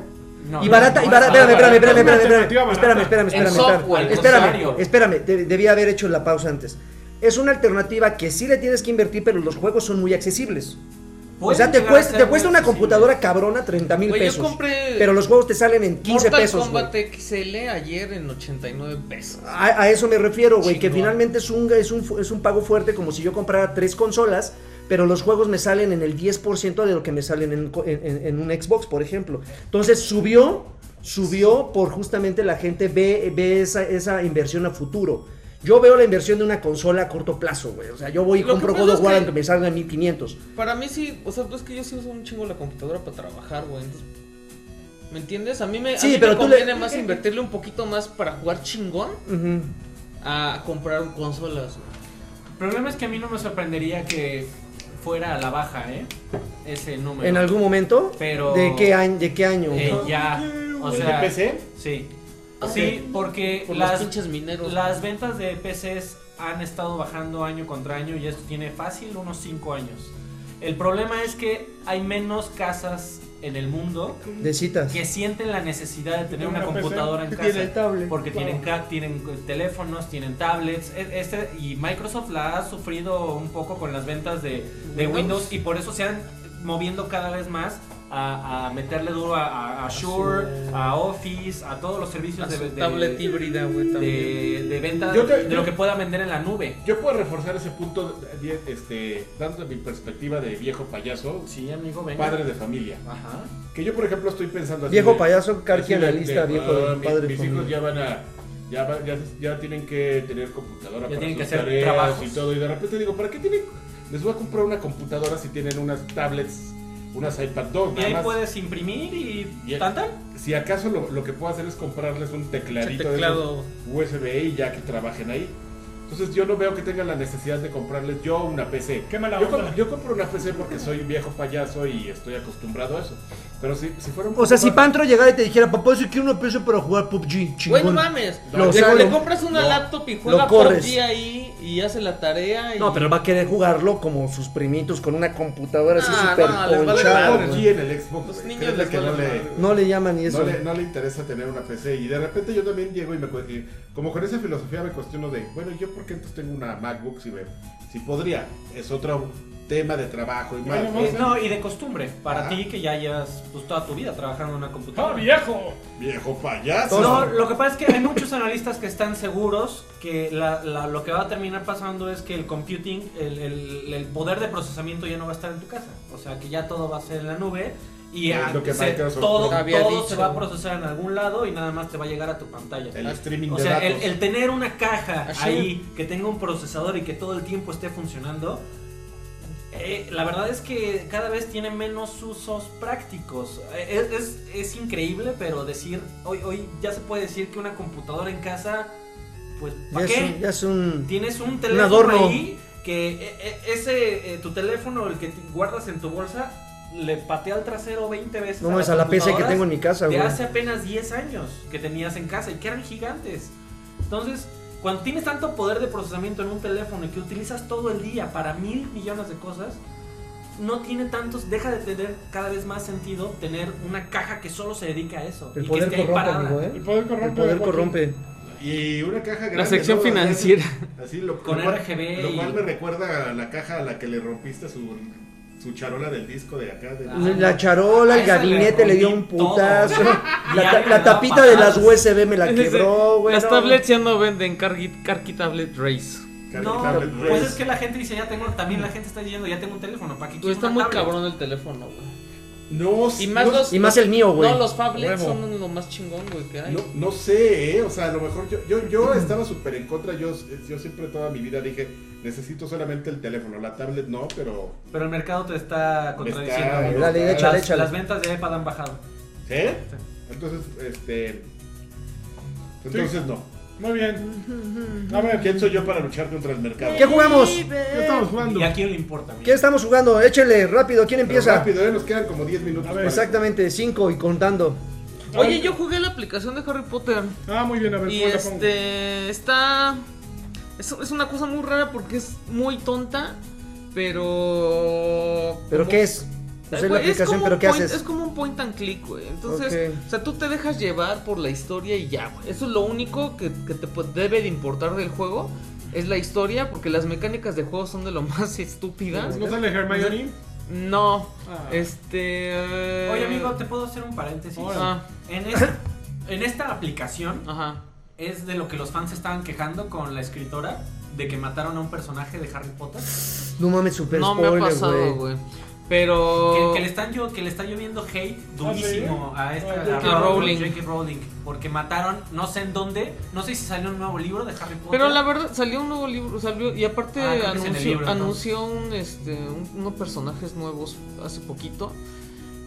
No,
y barata, y
no, no,
barata,
no,
espérame, espérame,
barata.
espérame, espérame, espérame,
Alternativa barata.
espérame, espérame,
En
espérame,
software, al
espérame, espérame,
contrario.
espérame, de- debía haber hecho la pausa antes. Es una alternativa que sí le tienes que invertir, pero los juegos son muy accesibles. O
Pueden
sea, te
llegar a
cuesta,
ser
te
muy
cuesta una
accesibles.
computadora cabrona 30 mil
Güey, yo
pesos.
compré
Pero los juegos te salen en 15
Mortal
pesos. güey.
Kombat XL ayer en 89 pesos.
A, a eso me refiero, güey, que
Chingón.
finalmente es un, es, un, fu- es un pago fuerte como si yo comprara tres consolas, pero los juegos me salen en el 10% de lo que me salen en, co- en- en- en un Xbox, por ejemplo. Entonces subió, subió por justamente la gente ve, ve esa, esa inversión a futuro. Yo veo la inversión de una consola a corto plazo, güey. O sea, yo voy y
Lo que
compro
pasa
God of
es
War
que-
aunque me salga en 1500.
Para mí sí, o sea, pues es que yo sí uso un chingo la computadora para trabajar, güey. entonces, ¿Me entiendes? A mí me, a
Sí,
mí me
pero tú le-
conviene más invertirle un poquito más para jugar chingón
Ujú.
a comprar consolas, güey.
El problema es que a mí no me sorprendería que fuera a la baja, ¿eh? Ese número.
En algún momento.
Pero-
¿De qué, año de qué año?
Eh, ya. O
¿El
sea,
de PC?
Sí.
Ok.
Sí, porque
Por los
las,
pinches mineros.
Eh, las ventas de PCs han estado bajando año contra año y esto tiene fácil unos 5 años. El problema es que hay menos casas en el mundo
de citas.
que sienten la necesidad de tener
Tiene
una
una PC.
computadora en
Tiene
casa.
tablet.
Porque
Claro.
tienen, ca- tienen eh, teléfonos, tienen tablets. e- Este, y Microsoft la ha sufrido un poco con las ventas de, de
Windows.
Windows y por eso se han moviendo cada vez más a, a meterle duro a, a, a Shure, a Office, a todos los servicios
A
de,
su
de-
tablet híbrida, güey, también.
de, de venta
Yo te-
de
yo-
lo que pueda vender en la nube.
Yo puedo reforzar ese punto di- este, dando mi perspectiva de viejo payaso,
Sí, amigo, venga.
padre de familia.
Ajá.
Que yo, por ejemplo, estoy pensando así
Viejo
de-
payaso,
así
carqui
de- de,
analista, viejo
ah,
de
mi-
padre de
Mis
familia.
hijos ya van a... Ya, va- ya, ya tienen que tener computadora
Ya tienen que
sus
hacer
tareas
trabajos.
y todo. Y de repente digo, ¿para qué tienen...? Les voy a comprar una computadora si tienen unas tablets, unas iPad 2.
Y ahí puedes imprimir y
Bien.
tan tan.
Si acaso lo, lo que puedo hacer es comprarles un
Ese
tecladito de
teclado.
esos USB y ya que trabajen ahí. Entonces yo no veo que tengan la necesidad de comprarles yo una PC.
Qué mala
yo,
onda.
comp- yo compro una PC porque soy un viejo payaso y estoy acostumbrado a eso. Pero si, si fuera un
O sea, si
pan
Pantro llegara y te dijera, papá, eso quiero una PC para jugar PUBG,
Güey, no
chingón.
mames.
Lo
Le-
saco.
le compras una
No.
laptop y
Lo
juega
corres.
PUBG ahí y hace la tarea. Y...
No, pero va a querer jugarlo como sus primitos con una computadora así
Ah,
súper
no, les vale
ponchada,
madre,
güey.
en el Xbox.
Los
güey.
niños
Créanle
les
que no
vale
le,
madre.
No le llaman ni eso.
no, le, no le interesa tener una PC. Y de repente yo también llego y me cu- y como con esa filosofía me cuestiono de, bueno, ¿yo por qué entonces tengo una MacBook si, me- si podría? Es otro tema de trabajo y más.
Bueno,
¿no?
vamos
Eh, No, y de costumbre, para
Ajá.
ti que ya llevas pues, toda tu vida trabajando en una
¡Ah,
computadora.
viejo!
Viejo payaso.
No, lo que pasa es que hay muchos analistas que están seguros que la- la- lo que va a terminar pasando es que el computing, el, el- el poder de procesamiento ya no va a estar en tu casa. O sea, que ya todo va a ser en la nube y
Es
ah,
lo que
se-
Microsoft
todo,
había
todo
dicho.
se va a procesar en algún lado y nada más te va a llegar a tu pantalla.
El streaming
O
de
sea, el,
datos.
el tener una caja
Así.
ahí que tenga un procesador y que todo el tiempo esté funcionando, eh, la verdad es que cada vez tiene menos usos prácticos. Eh, Es, es- es increíble, pero decir, hoy, hoy ya se puede decir que una computadora en casa, pues,
Ya
¿para
es un-
qué?
ya es un...
Tienes un
adorno.
teléfono ahí que eh, eh, ese, eh, tu teléfono, el que te guardas en tu bolsa, le patea al trasero 20 veces.
No
a
mames,
las
a la PC que
computadoras
tengo en mi casa,
de
güey.
hace apenas 10 años que tenías en casa y que eran gigantes. Entonces, cuando tienes tanto poder de procesamiento en un teléfono y que utilizas todo el día para mil millones de cosas, no tiene tantos, deja de tener cada vez más sentido tener una caja que solo se dedica a eso.
El
y
poder
que esté ahí
corrompe,
parada.
amigo,
El
¿eh?
poder corrompe.
El poder
Joaquín.
corrompe.
Y una caja grande.
La sección
¿no?
financiera.
Así lo,
Con
lo cual-
RGB
Lo
y-
cual me recuerda a la caja a la que le rompiste su, su charola del disco de acá. de-
Ah.
La charola,
A
el
esa
gabinete
le
le dio un
rompí todo.
putazo.
Y
La,
ya
ta-
me
la
daba
tapita de las
patadas.
USB me la
Es decir,
quebró, güey.
Las
no,
tablets ya no venden Cargi, Carqui Tablet Race.
Carly
No,
Tablet
pues
Race.
es que la gente dice, ya tengo, también la gente está diciendo, ya tengo un teléfono, ¿para qué
Güey,
quiero
está
una
muy
tablet?"
cabrón el teléfono, güey.
No,
Y más
no,
los.
Y más el mío, güey.
No, los Fablets
Huevo.
son lo más chingón, güey, que hay.
no, no sé, ¿eh? o sea, a lo mejor yo, yo, yo estaba súper en contra. Yo, yo siempre toda mi vida dije, necesito solamente el teléfono, la tablet no, pero.
Pero el mercado te está contradiciendo.
Está-
amigo.
Dale, échale,
las,
échale.
las ventas de iPad han bajado.
¿Sí? ¿eh? Entonces, este. Entonces no.
Muy bien. A ver,
¿Quién soy yo para luchar contra el mercado?
¿Qué jugamos?
¿Qué estamos jugando?
¿Y a quién le importa? amigo?
¿Qué estamos jugando? Échele, rápido, ¿quién
Pero
empieza?
rápido, ¿eh? nos quedan como 10 minutos.
A ver,
para-
Exactamente, cinco y contando.
Oye, yo jugué la aplicación de Harry Potter.
Ah, muy bien, a ver.
Y
¿cómo la pongo?
este está es, es una cosa muy rara porque es muy tonta, pero
¿Pero
como-
qué es? Pues
Eh,
es la
güey, es
aplicación,
como
¿pero
un
qué
point-
haces?
Es como un point and click, güey. Entonces,
Ok.
o sea, tú te dejas llevar por la historia y ya, güey. Eso es lo único que, que te pu- debe de importar del juego. Es la historia, porque las mecánicas de juego son de lo más estúpidas.
¿No sale Hermione?
No,
Ah.
este. eh,
Oye, amigo, ¿te puedo hacer un paréntesis?
Ah,
En, es- en esta aplicación
ajá.
es de lo que los fans estaban quejando con la escritora de que mataron a un personaje de Harry Potter.
No mames, super
no me ha
spoiler,
pasado,
güey.
güey. Pero. Oh.
Que, que le están llo- que le está lloviendo hate durísimo
¿Ah,
a
sí?
esta
Ah,
a
J.K. Rowling.
J.K. Rowling, Porque mataron, no sé en dónde, no sé si salió un nuevo libro de Harry Potter.
Pero la verdad, salió un nuevo libro, salió, y aparte
Ah, creo que es en el
anunció,
libro, entonces.
anunció un, este, un- unos personajes nuevos hace poquito.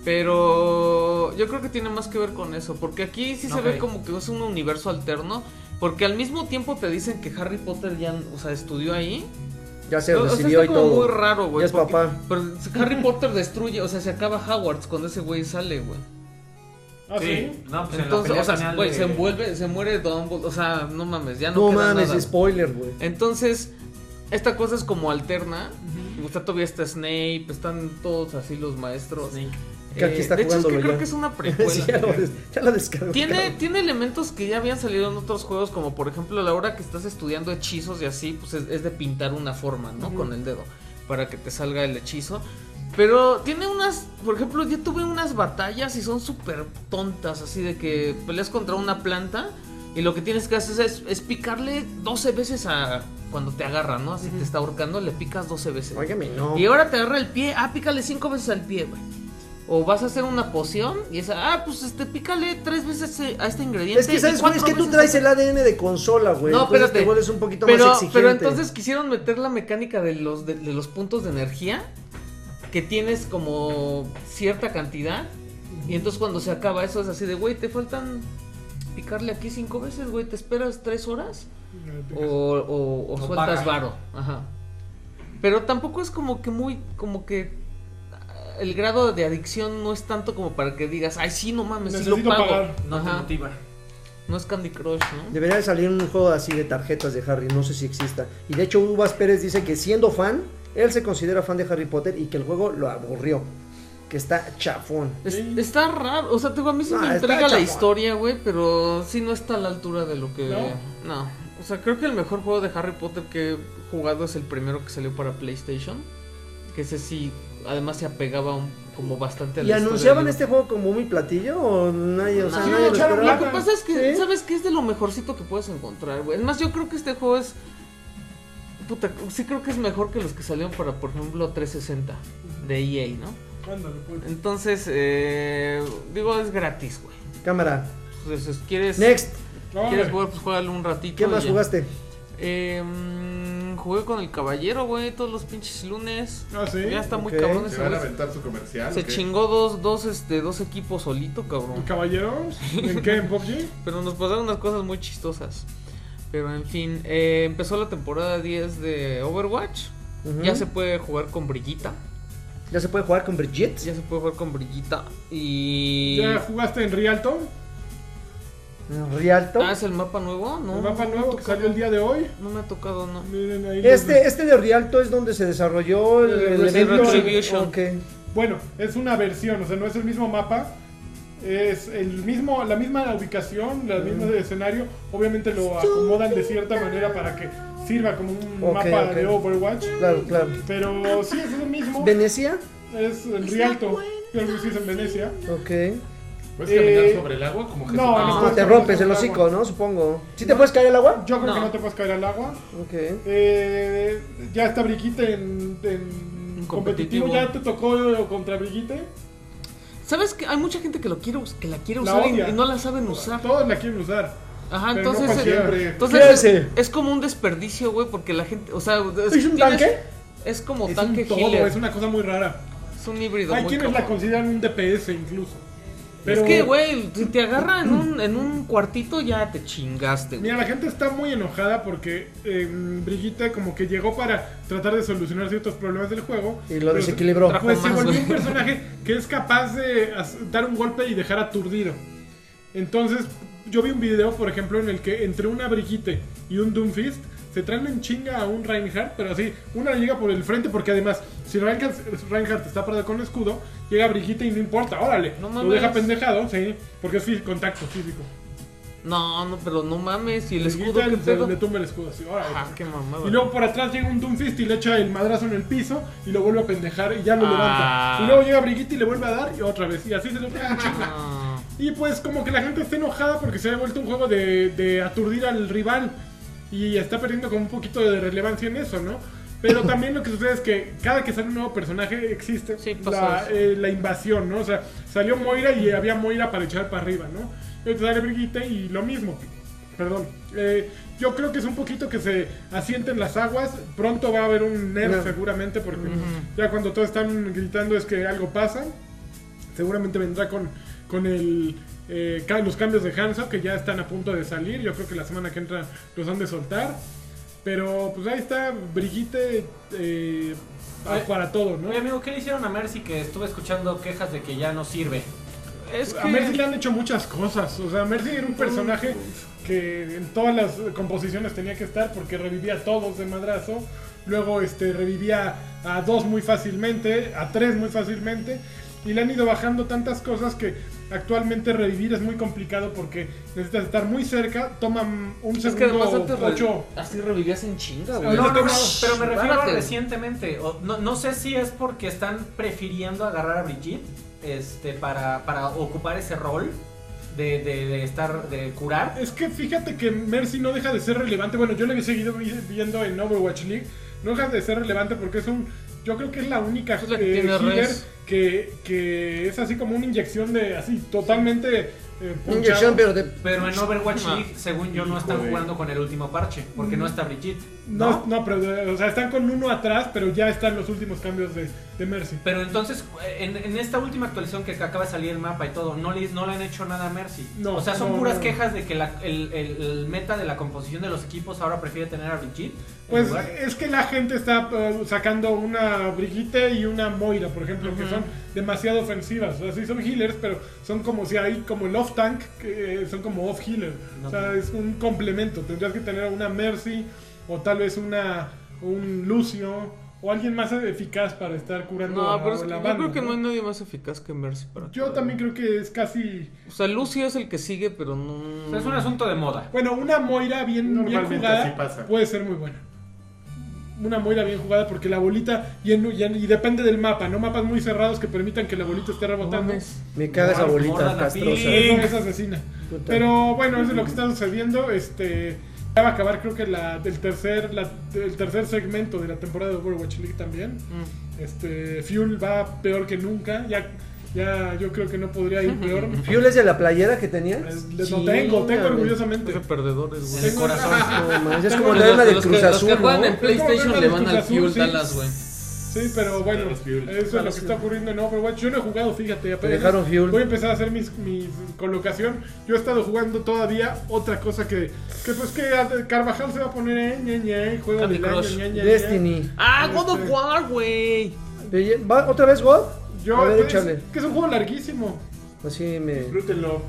Pero yo creo que tiene más que ver con eso, porque aquí sí se
Ok.
ve como que es un universo alterno, porque al mismo tiempo te dicen que Harry Potter ya, o sea, estudió ahí.
Ya se
O- o sea,
recibió
está
y
como muy
todo.
raro, güey.
Ya es
porque-
papá.
Pero Harry Potter destruye, o sea, se acaba Hogwarts cuando ese güey sale, güey.
Ah, sí.
No, pues en la
Entonces,
pelea
o sea,
final
güey,
de-
se envuelve, se muere Dumbledore, o sea, no mames, ya no
No
queda
mames,
nada.
spoiler, güey.
Entonces, esta cosa es como alterna. Está todavía está Snape, están todos así los maestros. Eh,
Snake.
Que aquí está
de hecho, es que
jugándolo
creo
ya.
que es una
Sí,
precuela.
ya, lo des- ya la descargué.
Tiene,
cabrón.
tiene elementos que ya habían salido en otros juegos, como por ejemplo la hora que estás estudiando hechizos y así, pues es, es de pintar una forma, ¿no? Con el dedo, para que te salga el hechizo. Pero tiene unas, por ejemplo, yo tuve unas batallas y son súper tontas, así de que peleas contra una planta y lo que tienes que hacer es, es picarle 12 veces a cuando te agarra, ¿no? Así te está ahorcando, le picas 12 veces.
Óigame, no.
Y ahora te agarra el pie, ah, pícale 5 veces al pie, güey. O vas a hacer una poción y es, ah, pues este, pícale 3 veces eh, a este ingrediente.
Es que,
y
¿sabes, güey? Es
cuatro
que tú
veces
traes
a-
el ADN de consola, güey.
No,
Entonces
espérate.
Te vuelves un poquito
pero,
más exigente.
pero entonces quisieron meter la mecánica de los, de, de los puntos de energía que tienes como cierta cantidad. Y entonces cuando se acaba eso es así de, güey, te faltan picarle aquí cinco veces, güey, te esperas tres horas o, o- o
O
sueltas
paga.
varo. Ajá. Pero tampoco es como que muy, como que ah, el grado de adicción no es tanto como para que digas, ay, sí, no mames, sí
Necesito
lo pago.
pagar.
No te
Ajá.
motiva.
No es Candy Crush, ¿no?
Debería de salir un juego así de tarjetas de Harry, no sé si exista. Y de hecho, Uvas Pérez dice que siendo fan, él se considera fan de Harry Potter y que el juego lo aburrió. Que está chafón.
Es-
Sí.
Está raro, o sea, te digo, a mí sí
No,
me
está
entrega la
chafón.
historia, güey, pero sí no está a la altura de lo que...
¿No?
¿No? o sea, creo que el mejor juego de Harry Potter que he jugado es el primero que salió para PlayStation, que ese sí, además se apegaba un- como bastante a la
¿Y
historia
anunciaban
del
este juego como muy platillo o nadie, o sea,
Sí,
nadie lo
echaron
Lo
esperaba?
que pasa es que,
¿Sí?
¿sabes qué? Es de lo mejorcito que puedes encontrar, güey. Es más, yo creo que este juego es... Puta, sí creo que es mejor que los que salieron para, por ejemplo, 360 de EA, ¿no?
Ándale, pues.
Entonces, eh, digo, es gratis, güey.
Cámara.
Entonces, ¿quieres,
Next,
¿quieres
Órale.
jugar? Pues juégalo un ratito.
¿qué
y
más
ya.
jugaste?
Eh, mm, jugué con el caballero, güey, todos los pinches lunes.
Ah, sí.
Ya está muy
ok.
cabrón
¿Se
ese
van a
güey.
aventar su comercial?
Se
o qué?
chingó dos, dos, este, dos equipos solito, cabrón.
¿Caballero? ¿En qué? ¿En PUBG?
Pero nos pasaron unas cosas muy chistosas. Pero en fin, eh, empezó la temporada 10 de Overwatch.
Ujú.
Ya se puede jugar con brillita.
¿Ya se puede jugar con Brigitte?
Ya se puede jugar con brillita. Y...
¿Ya jugaste en Rialto?
Rialto.
Ah, es el mapa nuevo, ¿no?
El mapa
no me ha
nuevo que
tocado.
salió el día de hoy.
No me ha tocado, no.
Miren ahí los-
Este, este de Rialto es donde se desarrolló el,
El
el evento.
Eh, Retribution.
Ok.
Bueno, es una versión, o sea, no es el mismo mapa. Es el mismo, la misma ubicación, el mismo escenario. Obviamente lo acomodan de cierta manera para que sirva como un
Ok,
mapa
ok.
de Overwatch.
Claro, claro.
Pero sí, es lo mismo.
¿Venecia?
es el Rialto. Creo que sí es en Venecia.
Ok.
¿Puedes caminar
Eh,
sobre el agua como Jesús?
No,
No,
no,
No,
puedes
Ah, te
caminar
rompes
sobre
el
agua.
hocico, ¿no? Supongo. ¿Sí te puedes caer al agua?
Yo creo que
No.
no te puedes caer al agua.
Ok.
Eh, ya está Brigitte en, en
En
competitivo.
competitivo.
Ya te tocó eh, contra Brigitte.
¿Sabes que hay mucha gente que lo quiere, us- que la quiere
La
usar y,
odia.
y no la saben usar?
Todos la quieren usar.
Ajá,
Pero
entonces
no
eh,
siempre.
entonces
¿Qué
es,
hace?
es como un desperdicio, güey, porque la gente, o sea, es,
¿Es un
tienes-
tanque?
Es como
Es
tanque
un todo,
healer,
es una cosa muy rara.
es un híbrido
Hay
muy
quienes la
cabrón.
consideran un DPS incluso. Pero
Es que, güey, si te agarra en un, en un cuartito ya te chingaste, güey.
Mira, la gente está muy enojada porque eh, Brigitte como que llegó para tratar de solucionar ciertos problemas del juego.
Y lo
pero se-
desequilibró.
Trajo
Pues se
más,
volvió
güey.
un personaje que es capaz de as- dar un golpe y dejar aturdido. Entonces, yo vi un video, por ejemplo, en el que entre una Brigitte y un Doomfist se traen en chinga a un Reinhardt, pero así, una le llega por el frente porque además, si Reinhardt, Reinhardt está parado con escudo, llega Brigitte y no importa, órale,
No
lo
mames.
deja pendejado, sí, porque es fí- contacto físico.
No, no, pero no mames, y el escudo
Brigitte
que
se-
pedo.
le tumba el escudo, así, órale.
Ah, qué mamada.
Y luego por atrás llega un Doomfist y le echa el madrazo en el piso y lo vuelve a pendejar y ya lo
Ah.
levanta. Y luego llega Brigitte y le vuelve a dar y otra vez. Y así se lo pega en chinga.
Ah,
Y pues como que la gente está enojada porque se ha vuelto un juego de, de aturdir al rival. Y está perdiendo como un poquito de relevancia en eso, ¿no? Pero también lo que sucede es que cada que sale un nuevo personaje existe
Sí, pasa
la,
eso.
eh, la invasión, ¿no? O sea, salió Moira y había Moira para echar para arriba, ¿no? Y ahorita sale Brigitte y lo mismo. Perdón. Eh, yo creo que es un poquito que se asienten las aguas. Pronto va a haber un nerf
No.
seguramente porque
Ujú.
ya cuando todos están gritando es que algo pasa. Seguramente vendrá con, con el, eh, ca- los cambios de Hanzo que ya están a punto de salir. Yo creo que la semana que entra los han de soltar. Pero pues ahí está Brigitte eh,
Ay.
para todo, ¿no?
Oye, amigo, ¿qué le hicieron a Mercy que estuve escuchando quejas de que ya no sirve?
es
A Mercy
que...
le han hecho muchas cosas. O sea, Mercy era un personaje que en todas las composiciones tenía que estar porque revivía a todos de madrazo. Luego este, revivía a dos muy fácilmente, a tres muy fácilmente. Y le han ido bajando tantas cosas que actualmente revivir es muy complicado porque necesitas estar muy cerca, toman un
Es que además
segundo
antes re-
ocho.
así revivías en chinga,
No,
güey.
no, no,
Shh,
pero me refiero a
espérate.
recientemente. O- no, no sé si es porque están prefiriendo agarrar a Brigitte este, para, para ocupar ese rol de, de- de estar, de curar.
Es que fíjate que Mercy no deja de ser relevante. Bueno, yo le he seguido vi- viendo en Overwatch League. No deja de ser relevante porque es un. Yo creo que es la única eh,
Es la que tiene
healer
res.
que, que es así como una inyección de. Así, totalmente. eh, punchado.
Inyección, pero de.
Pero en Overwatch
Ah.
League, según yo, no están
Híjole.
jugando con el último parche porque no está Brigitte.
No, no, pero eh, o sea, están con uno atrás, pero ya están los últimos cambios de, de Mercy.
Pero entonces, en, en esta última actualización que acaba de salir el mapa y todo, no le, no le han hecho nada a Mercy.
No,
o sea, son
no,
puras
no.
quejas de que la- el, el- el meta de la composición de los equipos ahora prefiere tener a Brigitte. en
Pues
lugar-
es que la gente está eh, sacando una Brigitte y una Moira, por ejemplo, que son demasiado ofensivas. O sea, sí son healers, pero son como si hay como el off tank, que eh, son como off healer.
No.
O sea, es un complemento. Tendrías que tener una Mercy o tal vez una un Lucio o alguien más eficaz para estar curando
No,
a,
pero
a
es que
la
yo
banda,
creo que no
¿no?
hay nadie más eficaz que Mercy para
Yo
curar.
también creo que es casi
O sea, Lucio es el que sigue, pero
O
no.
sea, es un asunto de moda.
Bueno, una Moira bien, bien
Normalmente
jugada
así pasa.
puede ser muy buena. Una Moira bien jugada porque la bolita y, en- y en- y depende del mapa, no mapas muy cerrados que permitan que la bolita esté rebotando.
Mames.
Me caga esa
Mordan-
bolita
Mordan la
castrosa.
pila.
Eso es asesina.
Puta.
Pero bueno, eso es lo que está sucediendo. Este ya va a acabar creo que la, el tercer la- el tercer segmento de la temporada de Overwatch League también.
Mm.
Este Fuel va peor que nunca. Ya ya yo creo que no podría ir peor.
¿Fuel es de la playera que tenías?
Les- Lo
Sí,
tengo, tengo
mames.
orgullosamente.
Qué perdedores,
En el
güey.
Tengo-
corazón.
Ah, No, mames, es
Tengo
como
una-
la arma de
los,
Cruz
que, los que
Azul.
juegan
¿no?
en
Es como
PlayStation le van
Cruz
al
Azul,
Fuel
sí.
Dallas, güey.
Sí, pero bueno,
Claro, es Fuel.
eso es
Claro,
lo que
sí.
está ocurriendo en Overwatch. Yo no he jugado, fíjate, apenas
dejaron Fuel.
Voy a empezar a hacer mis, mis colocación. Yo he estado jugando todavía otra cosa que, que pues que Carvajal se va a poner eh, ñe, ñe, juego
Candy
del año,
Crush.
ñe, ñe, ñe.
Destiny.
Ah, God
Este-
of War, güey.
Oye, ¿va ¿Otra vez God?
Yo, pues,
A ver,
es-
échale.
que es un juego larguísimo.
Así me.
Disfrútenlo.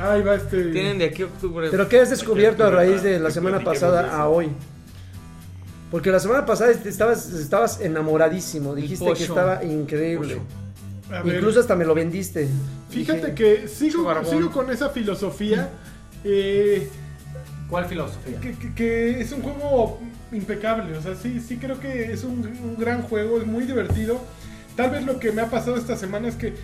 Ahí va este.
Tienen de aquí a octubre.
¿Pero qué has descubierto a raíz de la
Que
semana
platiquemos de
pasada
eso.
a hoy? Porque la semana pasada est- estabas, estabas enamoradísimo, dijiste que
pocho.
estaba increíble.
a ver.
Incluso hasta me lo vendiste.
Fíjate
Dije,
que sigo,
barbón.
sigo con esa filosofía. Eh,
¿Cuál filosofía?
que, que- que es un juego impecable, o sea, sí, sí creo que es un, un gran juego, es muy divertido. Tal vez lo que me ha pasado esta semana es que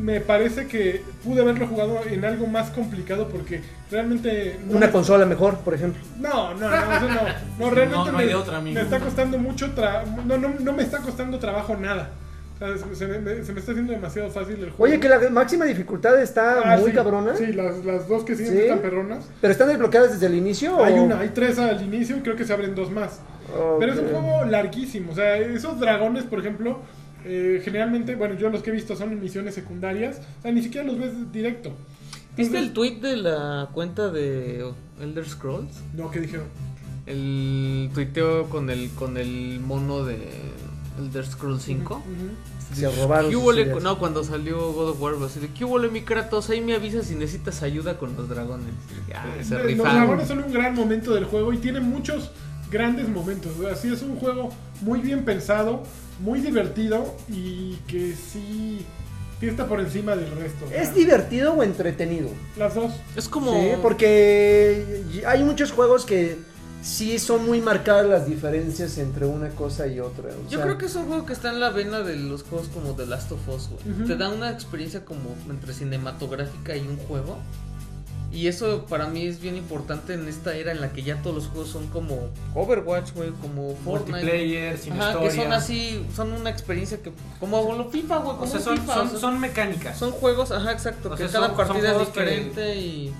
me parece que pude haberlo jugado en algo más complicado porque realmente... no
Una
me-
consola mejor, por ejemplo.
No, no, no, eso no. No, realmente
No, no
me,
hay de otra, amigo.
me está costando mucho trabajo. No, no, no me está costando trabajo nada. O sea, se- se, me, se me está haciendo demasiado fácil el juego.
Oye, que la máxima dificultad está
Ah,
muy
sí,
cabrona.
Sí, las, las dos que siguen
Sí.
están perronas.
¿Pero están desbloqueadas desde el inicio?
Hay
o-
una, hay tres al inicio y creo que se abren dos más.
o
Pero es
qué?
un juego larguísimo. O sea, esos dragones, por ejemplo, eh, generalmente, bueno, yo los que he visto son en misiones secundarias. O sea, ni siquiera los ves directo.
¿Viste
Entonces-
el tweet de la cuenta de Elder Scrolls?
No, que dijeron.
El tuiteo con el con el mono de Elder Scrolls 5.
Ujú.
Se robaron
¿Qué
sus
huele?
ideas.
No, cuando salió God of War, así de, ¿qué huele mi Kratos? Ahí me avisas si necesitas ayuda con los dragones. Ya, Eh, se
Los
rifaron.
dragones son un gran momento del juego y tiene muchos grandes momentos. O sea, sí es un juego muy bien pensado, muy divertido y que sí, sí está por encima del resto. O sea,
¿Es divertido o entretenido?
Las dos.
Es como...
Sí, porque y- hay muchos juegos que sí son muy marcadas las diferencias entre una cosa y otra. o
Yo
sea,
creo que es un juego que está en la vena de los juegos como The Last of Us, güey.
Ujú.
Te da una experiencia como entre cinematográfica y un juego. Y eso para mí es bien importante en esta era en la que ya todos los juegos son como Overwatch, güey, como Fortnite.
Multiplayer, sin
Ajá,
historia.
que son así, son una experiencia que como lo FIFA, güey, como
O sea,
un
son,
FIFA,
son,
o sea,
son mecánicas
son juegos, ajá, exacto,
O
que
sea,
cada
son- son
partida es
juegos que-
diferente y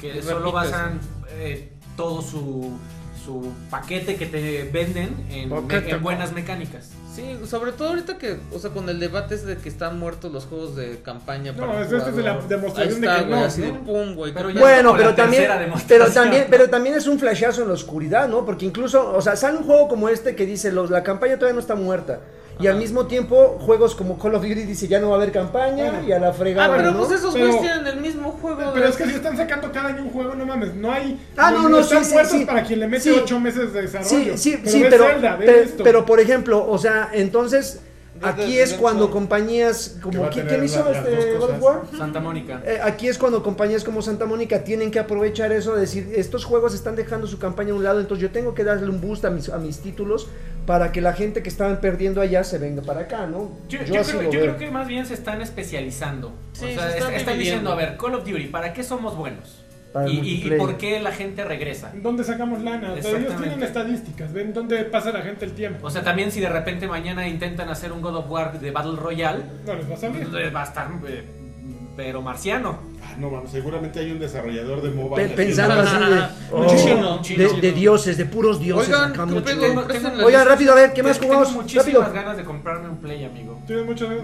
que
y repites.
solo basan eh, todo su, su paquete que te venden en,
Paquete.
en buenas mecánicas.
sí, sobre todo ahorita que, o sea, con el debate es de que están muertos los juegos de campaña
No,
para
es- esta es de la
jugador.
demostración
Ahí está,
de que
güey,
no,
así de
¿no?
pum, güey.
Pero ya-
Bueno,
con
pero
la
también,
tercera demostración.
pero también, pero también es un flashazo en la oscuridad, ¿no? Porque incluso, o sea, sale un juego como este que dice, los, la campaña todavía no está muerta. Y al mismo tiempo, juegos como Call of Duty dice, ya no va a haber campaña
Bueno.
y a la
Ah,
fregada,
pero
¿no?
pues esos
Pero-
güeyes tienen el mismo juego.
Pero
de-
es que si están sacando cada año un juego, no mames, no hay.
Ah, no, no,
están
sí, sí,
muertos
sí.
para quien le mete
Sí.
ocho meses de
Sí,
desarrollo.
sí,
pero
sí,
ve
pero,
Zelda, ve
pe-
esto.
pero por ejemplo, o sea, entonces Aquí es cuando compañías
Que va
como
a
¿quién,
tener
quién hizo
la- las
este
dos
God of
cosas.
War?
Santa Mónica.
Eh, aquí es cuando compañías como Santa Mónica tienen que aprovechar eso, de decir, estos juegos están dejando su campaña a un lado, entonces yo tengo que darle un boost a mis, a mis títulos para que la gente que estaban perdiendo allá se venga para acá, ¿no?
Yo,
Yo
yo
así
creo,
lo
yo
veo.
creo que más bien se están especializando.
Sí,
o
se están
sea, es- están,
dividiendo.
diciendo, a ver, Call of Duty, ¿para qué somos buenos?
Para el
¿Y, y- y
multiplayer.
por qué la gente regresa?
¿Dónde sacamos lana? O sea, ellos
Exactamente.
tienen estadísticas, ven dónde pasa la gente el tiempo.
O sea, también si de repente mañana intentan hacer un God of War de Battle Royale,
No les va a salir.
eh, va a estar eh, pero marciano.
Ah, No, vamos, seguramente hay un desarrollador de
Pe-
mobile.
pensando así de,
Un
oh,
chino,
de-
chino,
de,
chino.
dioses, de puros dioses.
Oigan,
acá,
¿qué
mucho.
pedo?
Tengo-
Préstenle
tengo-
las-
Oigan, rápido, a ver, ¿qué más
Tengo
jugamos?
muchísimas
Rápido.
ganas de comprarme un Play, amigo.
Tienen muchas ganas.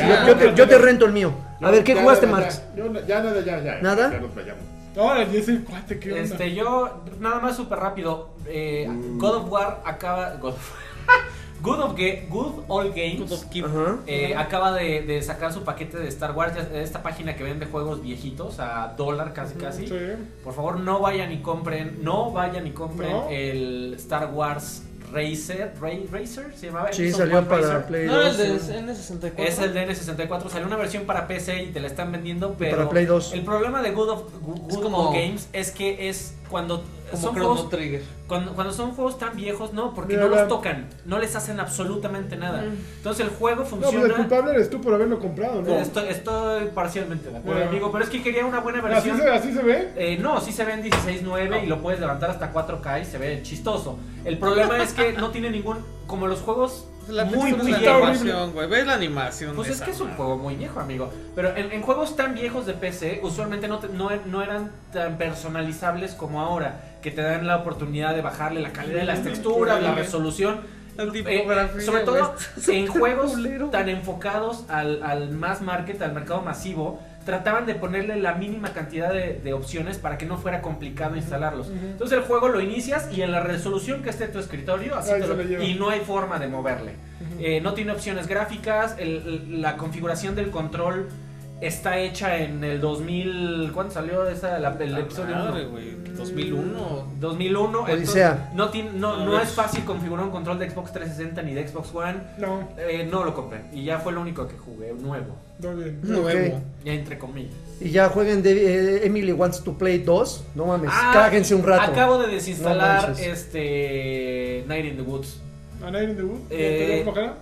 Entonces,
Yo-
ya,
Yo te, yo te
ya,
rento el mío. A ver, ¿qué
Ya,
jugaste,
ya,
Marx?
Ya, Yo- ya, nada, ya, ya.
¿Nada?
Ya nos vayamos.
Ahora, y ese cuate, ¿qué onda?
Este, yo, nada más súper rápido. eh,
Mm.
God of War acaba. God of Good of Ga- Good Old Games.
Good of Keep.
Ajá.
eh, acaba de, de sacar su paquete de Star Wars, ya- esta página que vende juegos viejitos a dólar casi casi.
Sí. pues,
Por favor, no vayan y compren, no vayan y compren
No.
el Star Wars Racer, Ray, Racer, se llamaba.
Sí,
Episode
salió
One
para
Racer.
Play
No, el
2.
de
sí.
N64.
Es el de N64, salió una versión para PC y te la están vendiendo, pero
para Play 2.
el problema de Good of Good
Es
of
como-
Games es que es cuando
Como
son
Chrono
juegos,
Trigger.
cuando, cuando son juegos tan viejos, no, porque
Mira,
no los
la-
tocan, no les hacen absolutamente nada.
Mm.
Entonces el juego
No, pues el
funciona
culpable eres tú por haberlo comprado, ¿no?
Estoy, estoy parcialmente de acuerdo,
Bueno.
amigo, pero es que quería una buena
¿Así
versión.
se, así se ve.
Eh, no, sí se ve en 16.9 y lo puedes levantar hasta 4K y se ve chistoso. El problema es que no tiene ningún. Como los juegos
La
muy,
textura es
muy
la
viejos.
animación, güey. Ves la animación.
Pues
de
es
esa
que es un
madre.
juego muy viejo, amigo. Pero en, en juegos tan viejos de PC, usualmente no, te- no, no eran tan personalizables como ahora, que te dan la oportunidad de bajarle la calidad de las texturas, la resolución.
La
Eh,
tipografía,
sobre
güey.
todo en juegos
culero.
tan enfocados al, al mass market, al mercado masivo, trataban de ponerle la mínima cantidad de, de opciones para que no fuera complicado instalarlos. Entonces el juego lo inicias y en la resolución que esté tu escritorio, así
Ahí
te
se
lo-
lo lleva.
y no hay forma de moverle. Eh, no tiene opciones gráficas, el- el- la configuración del control está hecha en el 2000, ¿cuándo salió esa, la- el
La
episodio
madre,
uno?
güey. 2001.
2001,
Odisea.
entonces, no, tiene- no,
A
no
ver.
es fácil configurar un control de Xbox 360 ni de Xbox One.
No,
Eh, no lo compré. Y ya fue lo único que jugué, nuevo.
no bien.
Nuevo.
Ya entre comillas.
Y ya jueguen de, eh, Emily Wants to Play 2. No mames,
Ah,
Pues, cáguense un rato.
Acabo de
No
desinstalar
manches.
este Night in the Woods.
¿A nadie en debut?
Eh,
¿Te lo bajará?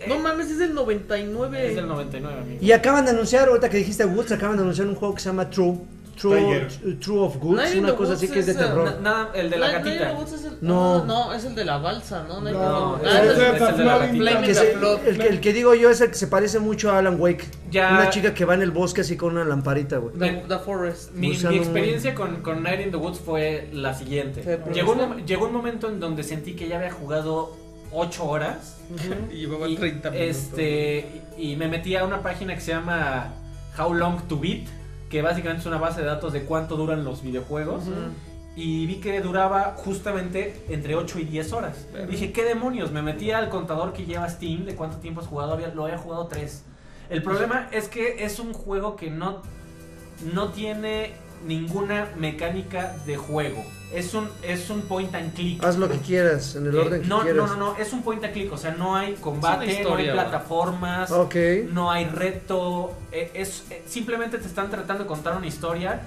Eh,
No mames, es del 99.
es del 99, amigo.
Y acaban de anunciar, ahorita que dijiste Woods, acaban de anunciar un juego que se llama True. True,
Tiger.
True of Goods,
Nadie
una
lo
cosa así que es de
usa,
terror.
Na- nada, el de la
Night- Night
gatita.
in the Woods es el-
No.
ah, no, es el de la balsa, ¿no? Night in the
No,
Woods.
es,
Ah,
el-
es el-
es el de la
Flaming
gatita.
Flaming
Que se-
Blood.
el, que- el que digo yo es el que se parece mucho a Alan Wake.
Ya-
Una chica que va en el bosque así con una lamparita, güey.
The, The Forest.
Mi, mi
Gusano.
experiencia con, con Night in the Woods fue la siguiente.
Sí, pero-
Llegó un, mom- llegó un momento en donde sentí que ya había jugado 8 horas.
Y llevaba
Y,
30 minutos.
este, y y me metí a una página que se llama How Long to Beat, que básicamente es una base de datos de cuánto duran los videojuegos. Y vi que duraba justamente entre 8 y 10 horas.
Pero-
Dije, ¿qué demonios? Me metí al contador que lleva Steam de cuánto tiempo has jugado. había- lo había jugado 3. El problema es que es un juego que no, no tiene ninguna mecánica de juego. Es un, es un point and click.
Haz lo que quieras, en el
Eh,
orden que
no,
quieras.
no, no, no, es un point and click, o sea, no hay combate,
Es una historia,
no hay
¿verdad?
plataformas,
Ok.
no hay reto, eh, es eh, simplemente te están tratando de contar una historia.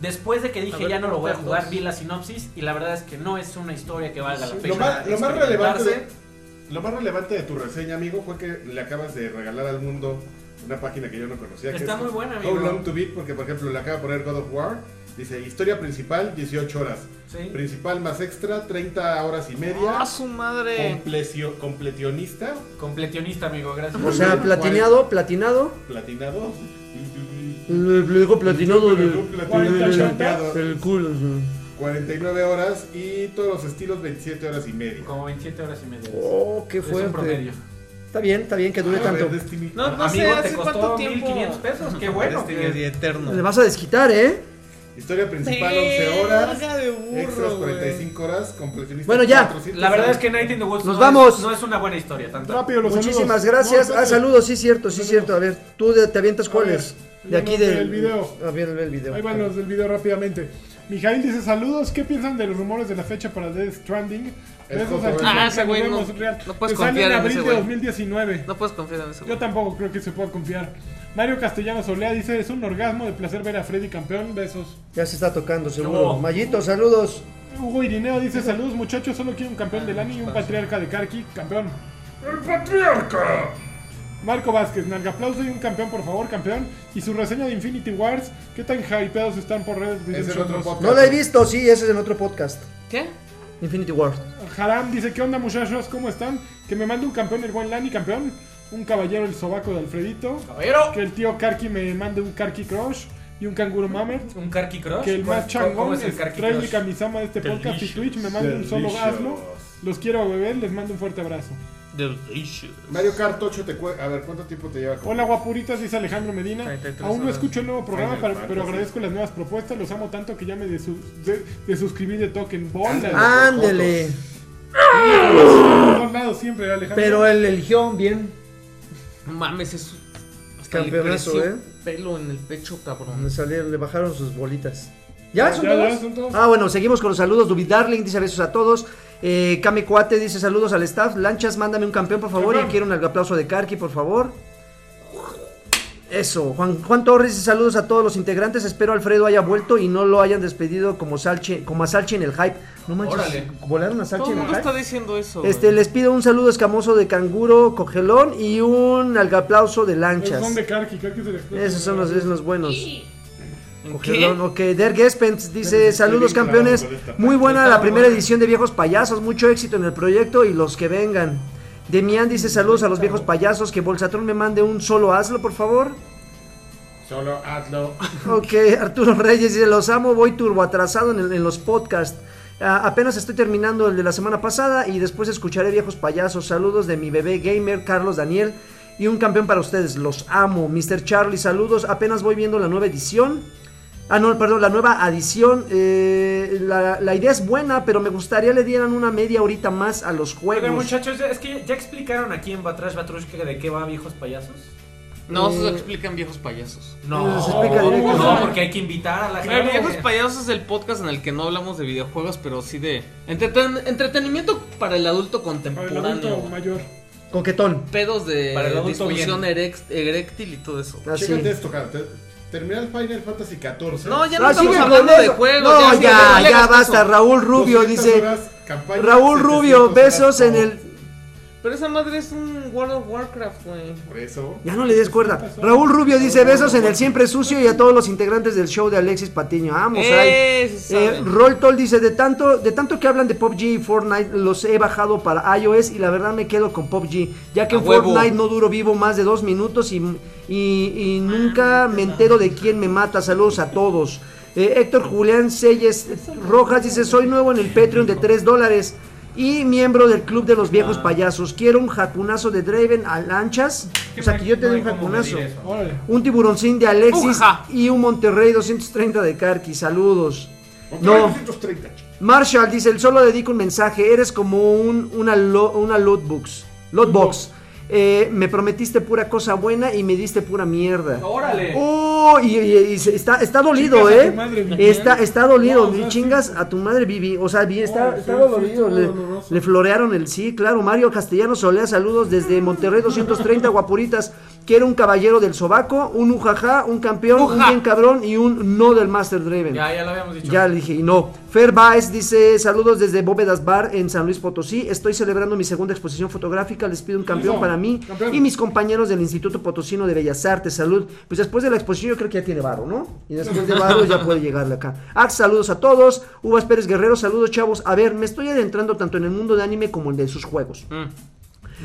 Después de que dije
ver,
ya no lo voy a
corta
jugar,
dos.
vi la sinopsis y la verdad es que no es una historia que valga la
Lo
pena.
más- lo más relevante de-
experimentarse.
Lo más relevante de tu reseña, amigo, fue que le acabas de regalar al mundo una página que yo no conocía. que
Está
es
muy buena,
How
amigo.
Long to Beat, porque por ejemplo le acaba de poner God of War. Dice, historia principal, 18 horas.
Sí.
Principal más extra, 30 horas y media.
¡Ah, su madre!
Complecio- completionista,
Completionista, amigo, gracias.
O sea, platinado, platinado.
platinado.
Luego platinado. el-
Platinado, champeado.
El culo. sí.
49 horas y todos los estilos 27 horas y media.
como 27 horas y media.
Oh, qué
es un
fuerte.
promedio.
Está bien, está bien que dure
Ah,
tanto.
Destiny.
No, no
Amigo,
sé,
te
¿hace cuánto
costó
tiempo?
1500 pesos, qué bueno.
Este
que-
es eterno.
Le vas a desquitar, ¿eh?
Historia principal,
Sí,
11 horas.
verga de burro,
Extras,
güey.
45 horas. Completionista,
Bueno, ya.
400
La verdad
horas.
es que Night in the Woods
Nos
no, es-
vamos.
no es una buena historia, tanto.
Rápido, los
Muchísimas
saludos.
gracias.
No,
Ah,
espérate.
saludos, sí, cierto, sí, cierto. A ver, tú de- te avientas
A
cuáles.
ver,
De aquí
yo no sé
del.
el video.
A ver, ve el video.
Ahí van los del video rápidamente. Mijail dice saludos, ¿qué piensan de los rumores de la fecha para Death Stranding? Besos
Joto,
al
¿eh?
chico
Ah,
que
ese güey no-
amamos real.
no puedes
Que sale
confiar
en
en
abril
ese
de
güey.
2019.
No puedes confiar en ese
Yo
güey.
tampoco creo que se pueda confiar. Mario Castellano Solea dice, es un orgasmo de placer ver a Freddy campeón, besos.
Ya se está tocando, seguro.
No.
Mayito, saludos.
Hugo Irineo dice, saludos muchachos, solo quiero un
Ah,
campeón del año y un patriarca de Karki, campeón. ¡El patriarca! Marco Vázquez, narga aplauso y un campeón, por favor, campeón. Y su reseña de Infinity Wars, ¿qué tan hypeados están por redes de
Es el otro podcast.
No la he visto, sí, ese es en otro podcast.
¿Qué?
Infinity War.
Haram dice, ¿qué onda muchachos? ¿Cómo están? Que me mande un campeón el buen Lani, campeón. Un caballero el sobaco de Alfredito.
Caballero.
Que el tío Karki me mande un Karki Crush y un canguro Mamert.
¿Un Karki Crush?
Que el
¿Cuál-
más
cuál-
changón
¿Cómo es el
es
Karki
trae mi
Crush?
camisama de este podcast y
Delicious.
Twitch me manda un solo
Delicious.
hazlo. Los quiero a beber, les mando un fuerte abrazo.
Delicious.
Mario Kart 8 te cue- A ver, ¿cuánto tiempo te lleva?
Hola guapuritas, dice Alejandro Medina.
33
Aún no
horas.
escucho el nuevo programa,
Final
pero,
Fantasy.
pero agradezco las nuevas propuestas. Los amo tanto que ya me desu- de- desuscribí de token. Bolas.
Ah.
Ándele.
Por todos lados siempre, Alejandro.
Pero eh, él eligió bien.
No Mames, es hasta le
Campeonazo,
creció
¿eh?
pelo en el pecho,
Le,
cabrón.
salieron, le bajaron sus bolitas. ¿Ya son,
Ya, ya,
todos?
son todos.
Ah, bueno, seguimos con los saludos. Dubi Darling dice besos a todos. Eh, Kame Cuate dice saludos al staff. Lanchas, mándame un campeón, por favor.
Campeón.
Y quiero un aplauso de Karki, por favor. Eso, Juan, Juan Torres dice saludos a todos los integrantes. Espero Alfredo haya vuelto y no lo hayan despedido como, Salche, como a Salche en el hype. No manches,
Órale.
volaron a
Todo
Salche
el
en el
mundo
hype.
está diciendo eso.
Este,
güey.
les pido un saludo escamoso de canguro, cogelón y un algaplauso de lanchas.
Esos son de Karki, Karki se les-
Esos son los, esos son los buenos.
¿En qué?
Cogelón, ok. Der Gespens dice: Saludos
bien
campeones.
clavado con esta
Muy buena
Está
la
muy
primera
buena.
edición de Viejos Payasos. Mucho éxito en el proyecto y los que vengan. Demian dice: Saludos a los viejos payasos. Que Bolsatron me mande un solo hazlo, por favor.
Solo hazlo.
Ok, Arturo Reyes dice, los amo, voy turbo atrasado en, el- en los podcasts. Ah, apenas estoy terminando el de la semana pasada y después escucharé viejos payasos. Saludos de mi bebé gamer, Carlos Daniel. Y un campeón para ustedes, los amo. Mr. Charlie, saludos. Apenas voy viendo la nueva edición. Ah, no, perdón, la nueva adición. Eh, la, la idea es buena, pero me gustaría le dieran una media horita más a los
Oigan,
juegos.
muchachos, ya- es que ya explicaron aquí en Batrash Batrushka de qué va Viejos Payasos.
No, se explican viejos payasos.
No,
Oh,
se explica directo.
No, porque hay que invitar a la
Claro,
gente.
Viejos Payasos es el podcast en el que no hablamos de videojuegos, pero sí de entreten- entretenimiento para el adulto
Para el adulto
contemporáneo.
mayor.
Coquetón.
Pedos de
Para el adulto
disfunción erex- eréctil y todo eso.
Así.
Chécate esto, cara. Te- Terminar el Final Fantasy 14.
No, ya no,
Ah,
estamos
siguen
hablando
con
de
eso.
juegos.
No,
sí,
ya,
no le
ya
hagas
basta.
caso.
Raúl Rubio
200
dice...
horas, campaña,
Raúl
700
Rubio,
horas,
besos en
no.
el.
Pero esa madre es un World of Warcraft, güey.
Por eso.
Ya no le des cuerda. Raúl Rubio dice besos en el siempre sucio y a todos los integrantes del show de Alexis Patiño. Vamos, ahí.
Eh, sí
Eh,
saben.
Roltol dice, de tanto, de tanto que hablan de PUBG y Fortnite, los he bajado para iOS y la verdad me quedo con PUBG, ya que
A
en
huevo.
Fortnite no duro vivo más de dos minutos y, y-
Ah,
y nunca me entero de quién me mata. Saludos a todos. Eh, Héctor Julián Selles Rojas dice, soy nuevo en el Patreon de 3 dólares y miembro del Club de los
Ah.
Viejos Payasos. Quiero un jacunazo de Draven a lanchas. O sea, que yo te
No
dé
hay
un
cómo
jacunazo.
medir eso.
Órale.
Un tiburoncín de Alexis
Ujaja.
y un Monterrey 230 de Karki. Saludos.
No.
No. Marshall dice, el solo dedico un mensaje, eres como un, una, lo- una loot box. Loot box. Eh, me prometiste pura cosa buena y me diste pura mierda.
Órale.
Oh, y, y- y se- está, está dolido,
Chingas a
¿eh?
tu madre, Vivi.
está, está dolido,
No, o sea,
ni chingas
sí.
a tu madre, Vivi. O sea, bien, está,
No, sí,
está
sí,
dolido.
está
le,
doloroso.
le florearon el sí, claro. Mario Castellano Solea, saludos desde Monterrey 230, Guapuritas. Quiero un caballero del sobaco, un ujaja, un campeón, un
Uja.
bien cabrón y un no del Master Draven.
Ya, ya lo habíamos dicho.
Ya le dije, y no. Fer Baez dice, saludos desde Bóvedas Bar en San Luis Potosí. Estoy celebrando mi segunda exposición fotográfica. Les pido un campeón
Eso,
para mí
campeón.
y mis compañeros del Instituto Potosino de Bellas Artes. Salud. Pues después de la exposición yo creo que ya tiene varo, ¿no? Y después de varo ya puede llegarle acá. Ax, saludos a todos. Uvas Pérez Guerrero, saludos chavos. A ver, me estoy adentrando tanto en el mundo de anime como en de sus juegos.
Mm.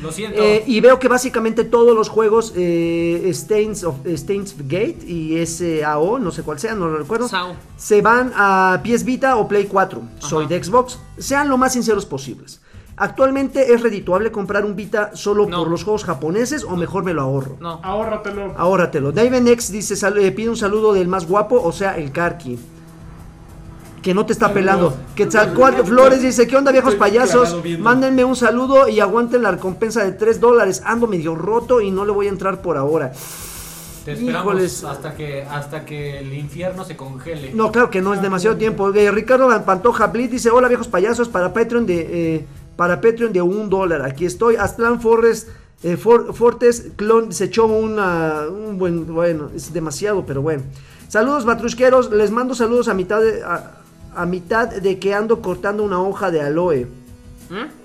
Lo siento.
Eh, y veo que básicamente todos los juegos eh, Stains of Stains Gate y SAO, no sé cuál sea, no lo recuerdo,
Sao.
se van a PS Vita o Play 4. Soy
Ajá.
de Xbox. Sean lo más sinceros posibles. Actualmente es redituable comprar un Vita solo
No.
por los juegos japoneses o mejor me lo ahorro.
No.
Ahórratelo.
Ahórratelo. David X dice, sal- eh, pide un saludo del más guapo, o sea, el Karki. Que no te está pelando. Quetzalcoatl Flores dice, ¿qué onda viejos
Estoy
payasos?
clavado viendo.
Mándenme un saludo y aguanten la recompensa de 3 dólares. Ando medio roto y no le voy a entrar por ahora.
Te esperamos
Híjoles.
hasta que hasta que el infierno se congele.
No, claro que no, es demasiado tiempo. Eh, Ricardo Pantoja Blitz dice, hola viejos payasos, para Patreon de eh, para Patreon de un dólar, aquí estoy. Aztlán Forres, eh, For- Fortes Clon se echó una, un buen, bueno, es demasiado, pero bueno. Saludos batrusqueros, les mando saludos a mitad de, a, a mitad de que ando cortando una hoja de aloe.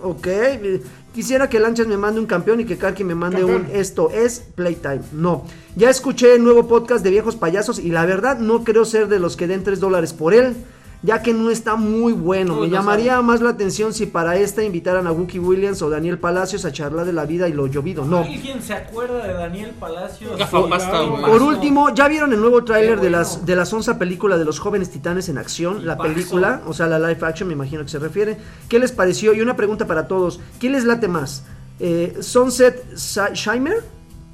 Ok, eh, quisiera que Lanchas me mande un campeón y que Karki me mande
Campeón.
un esto es Playtime. No, ya escuché el nuevo podcast de Viejos Payasos y la verdad no creo ser de los que den 3 dólares por él, ya que no está muy bueno.
Uy,
me
no
llamaría más la atención si para esta invitaran a Wookie Williams o Daniel Palacios a charlar de la vida y lo llovido. No.
¿Alguien se acuerda de Daniel Palacios?
Gafa pasta
Por
o más.
Por último, ¿ya vieron el nuevo tráiler
Qué
de
bueno.
las de las 11 película de los jóvenes titanes en acción? La
Impacto.
película, o sea, la live action, me imagino que se refiere. ¿Qué les pareció? Y una pregunta para todos. ¿Qué les late más? Eh, ¿Sunset Sa- Shimmer?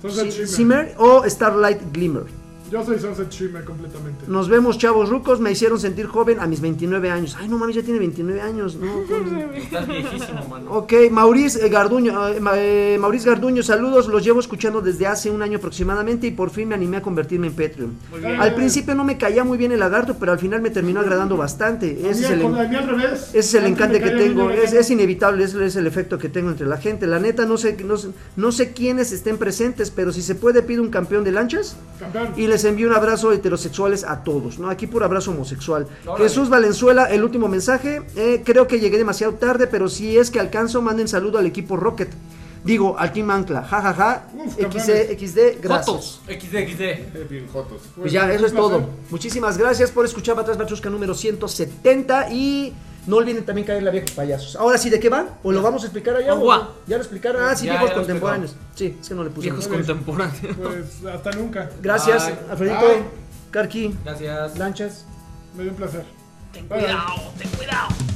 Sunset
Si-
Shimmer.
Shimmer o Starlight Glimmer?
Yo soy Sunset Shimmer completamente.
Nos vemos, chavos rucos. Me hicieron sentir joven a mis 29 años. Ay, no mames, ya tiene 29 años. No, no.
Estás viejísimo, mano.
Ok, Mauriz eh, Garduño, eh, Ma- eh, Mauriz Garduño, saludos, los llevo escuchando desde hace un año aproximadamente y por fin me animé a convertirme en Patreon.
bien.
Al principio no me caía muy bien el lagarto, pero al final me terminó agradando bastante. Ese es el,
Mira, con
en-
Daniel al revés.
ese es el
Antes
encante
me
que
caía
tengo,
bien,
es, es inevitable, es, es el efecto que tengo entre la gente. La neta, no sé, no, sé- no sé quiénes estén presentes, pero si se puede, pido un campeón de lanchas.
Campeón.
Y les envío un abrazo heterosexuales a todos, ¿no? Aquí por abrazo homosexual.
Órale.
Jesús Valenzuela, el último mensaje. Eh, creo que llegué demasiado tarde, pero si es que alcanzo, manden saludo al equipo Rocket. Digo, al Team Ancla. Ja, ja, ja.
Uf,
XD, XD, gracias.
Fotos.
XD,
Eh, Bien jotos.
Pues ya, eso es todo. Muchísimas gracias por escuchar Batrás Bachusca número 170 y no olviden también caer la viejos payasos. Ahora sí, ¿de qué va? ¿O lo vamos a explicar allá?
Agua.
¿O ya lo explicaron. Ah, sí,
Ya,
viejos
ya lo
contemporáneos. Sí, es que no le puse.
Viejos
nombre.
contemporáneos.
Pues hasta nunca.
Gracias,
Bye.
Alfredito,
Bye.
Carqui,
Gracias.
Lanchas.
Me dio un placer.
Ten
Bye, bye.
cuidado, ten cuidado.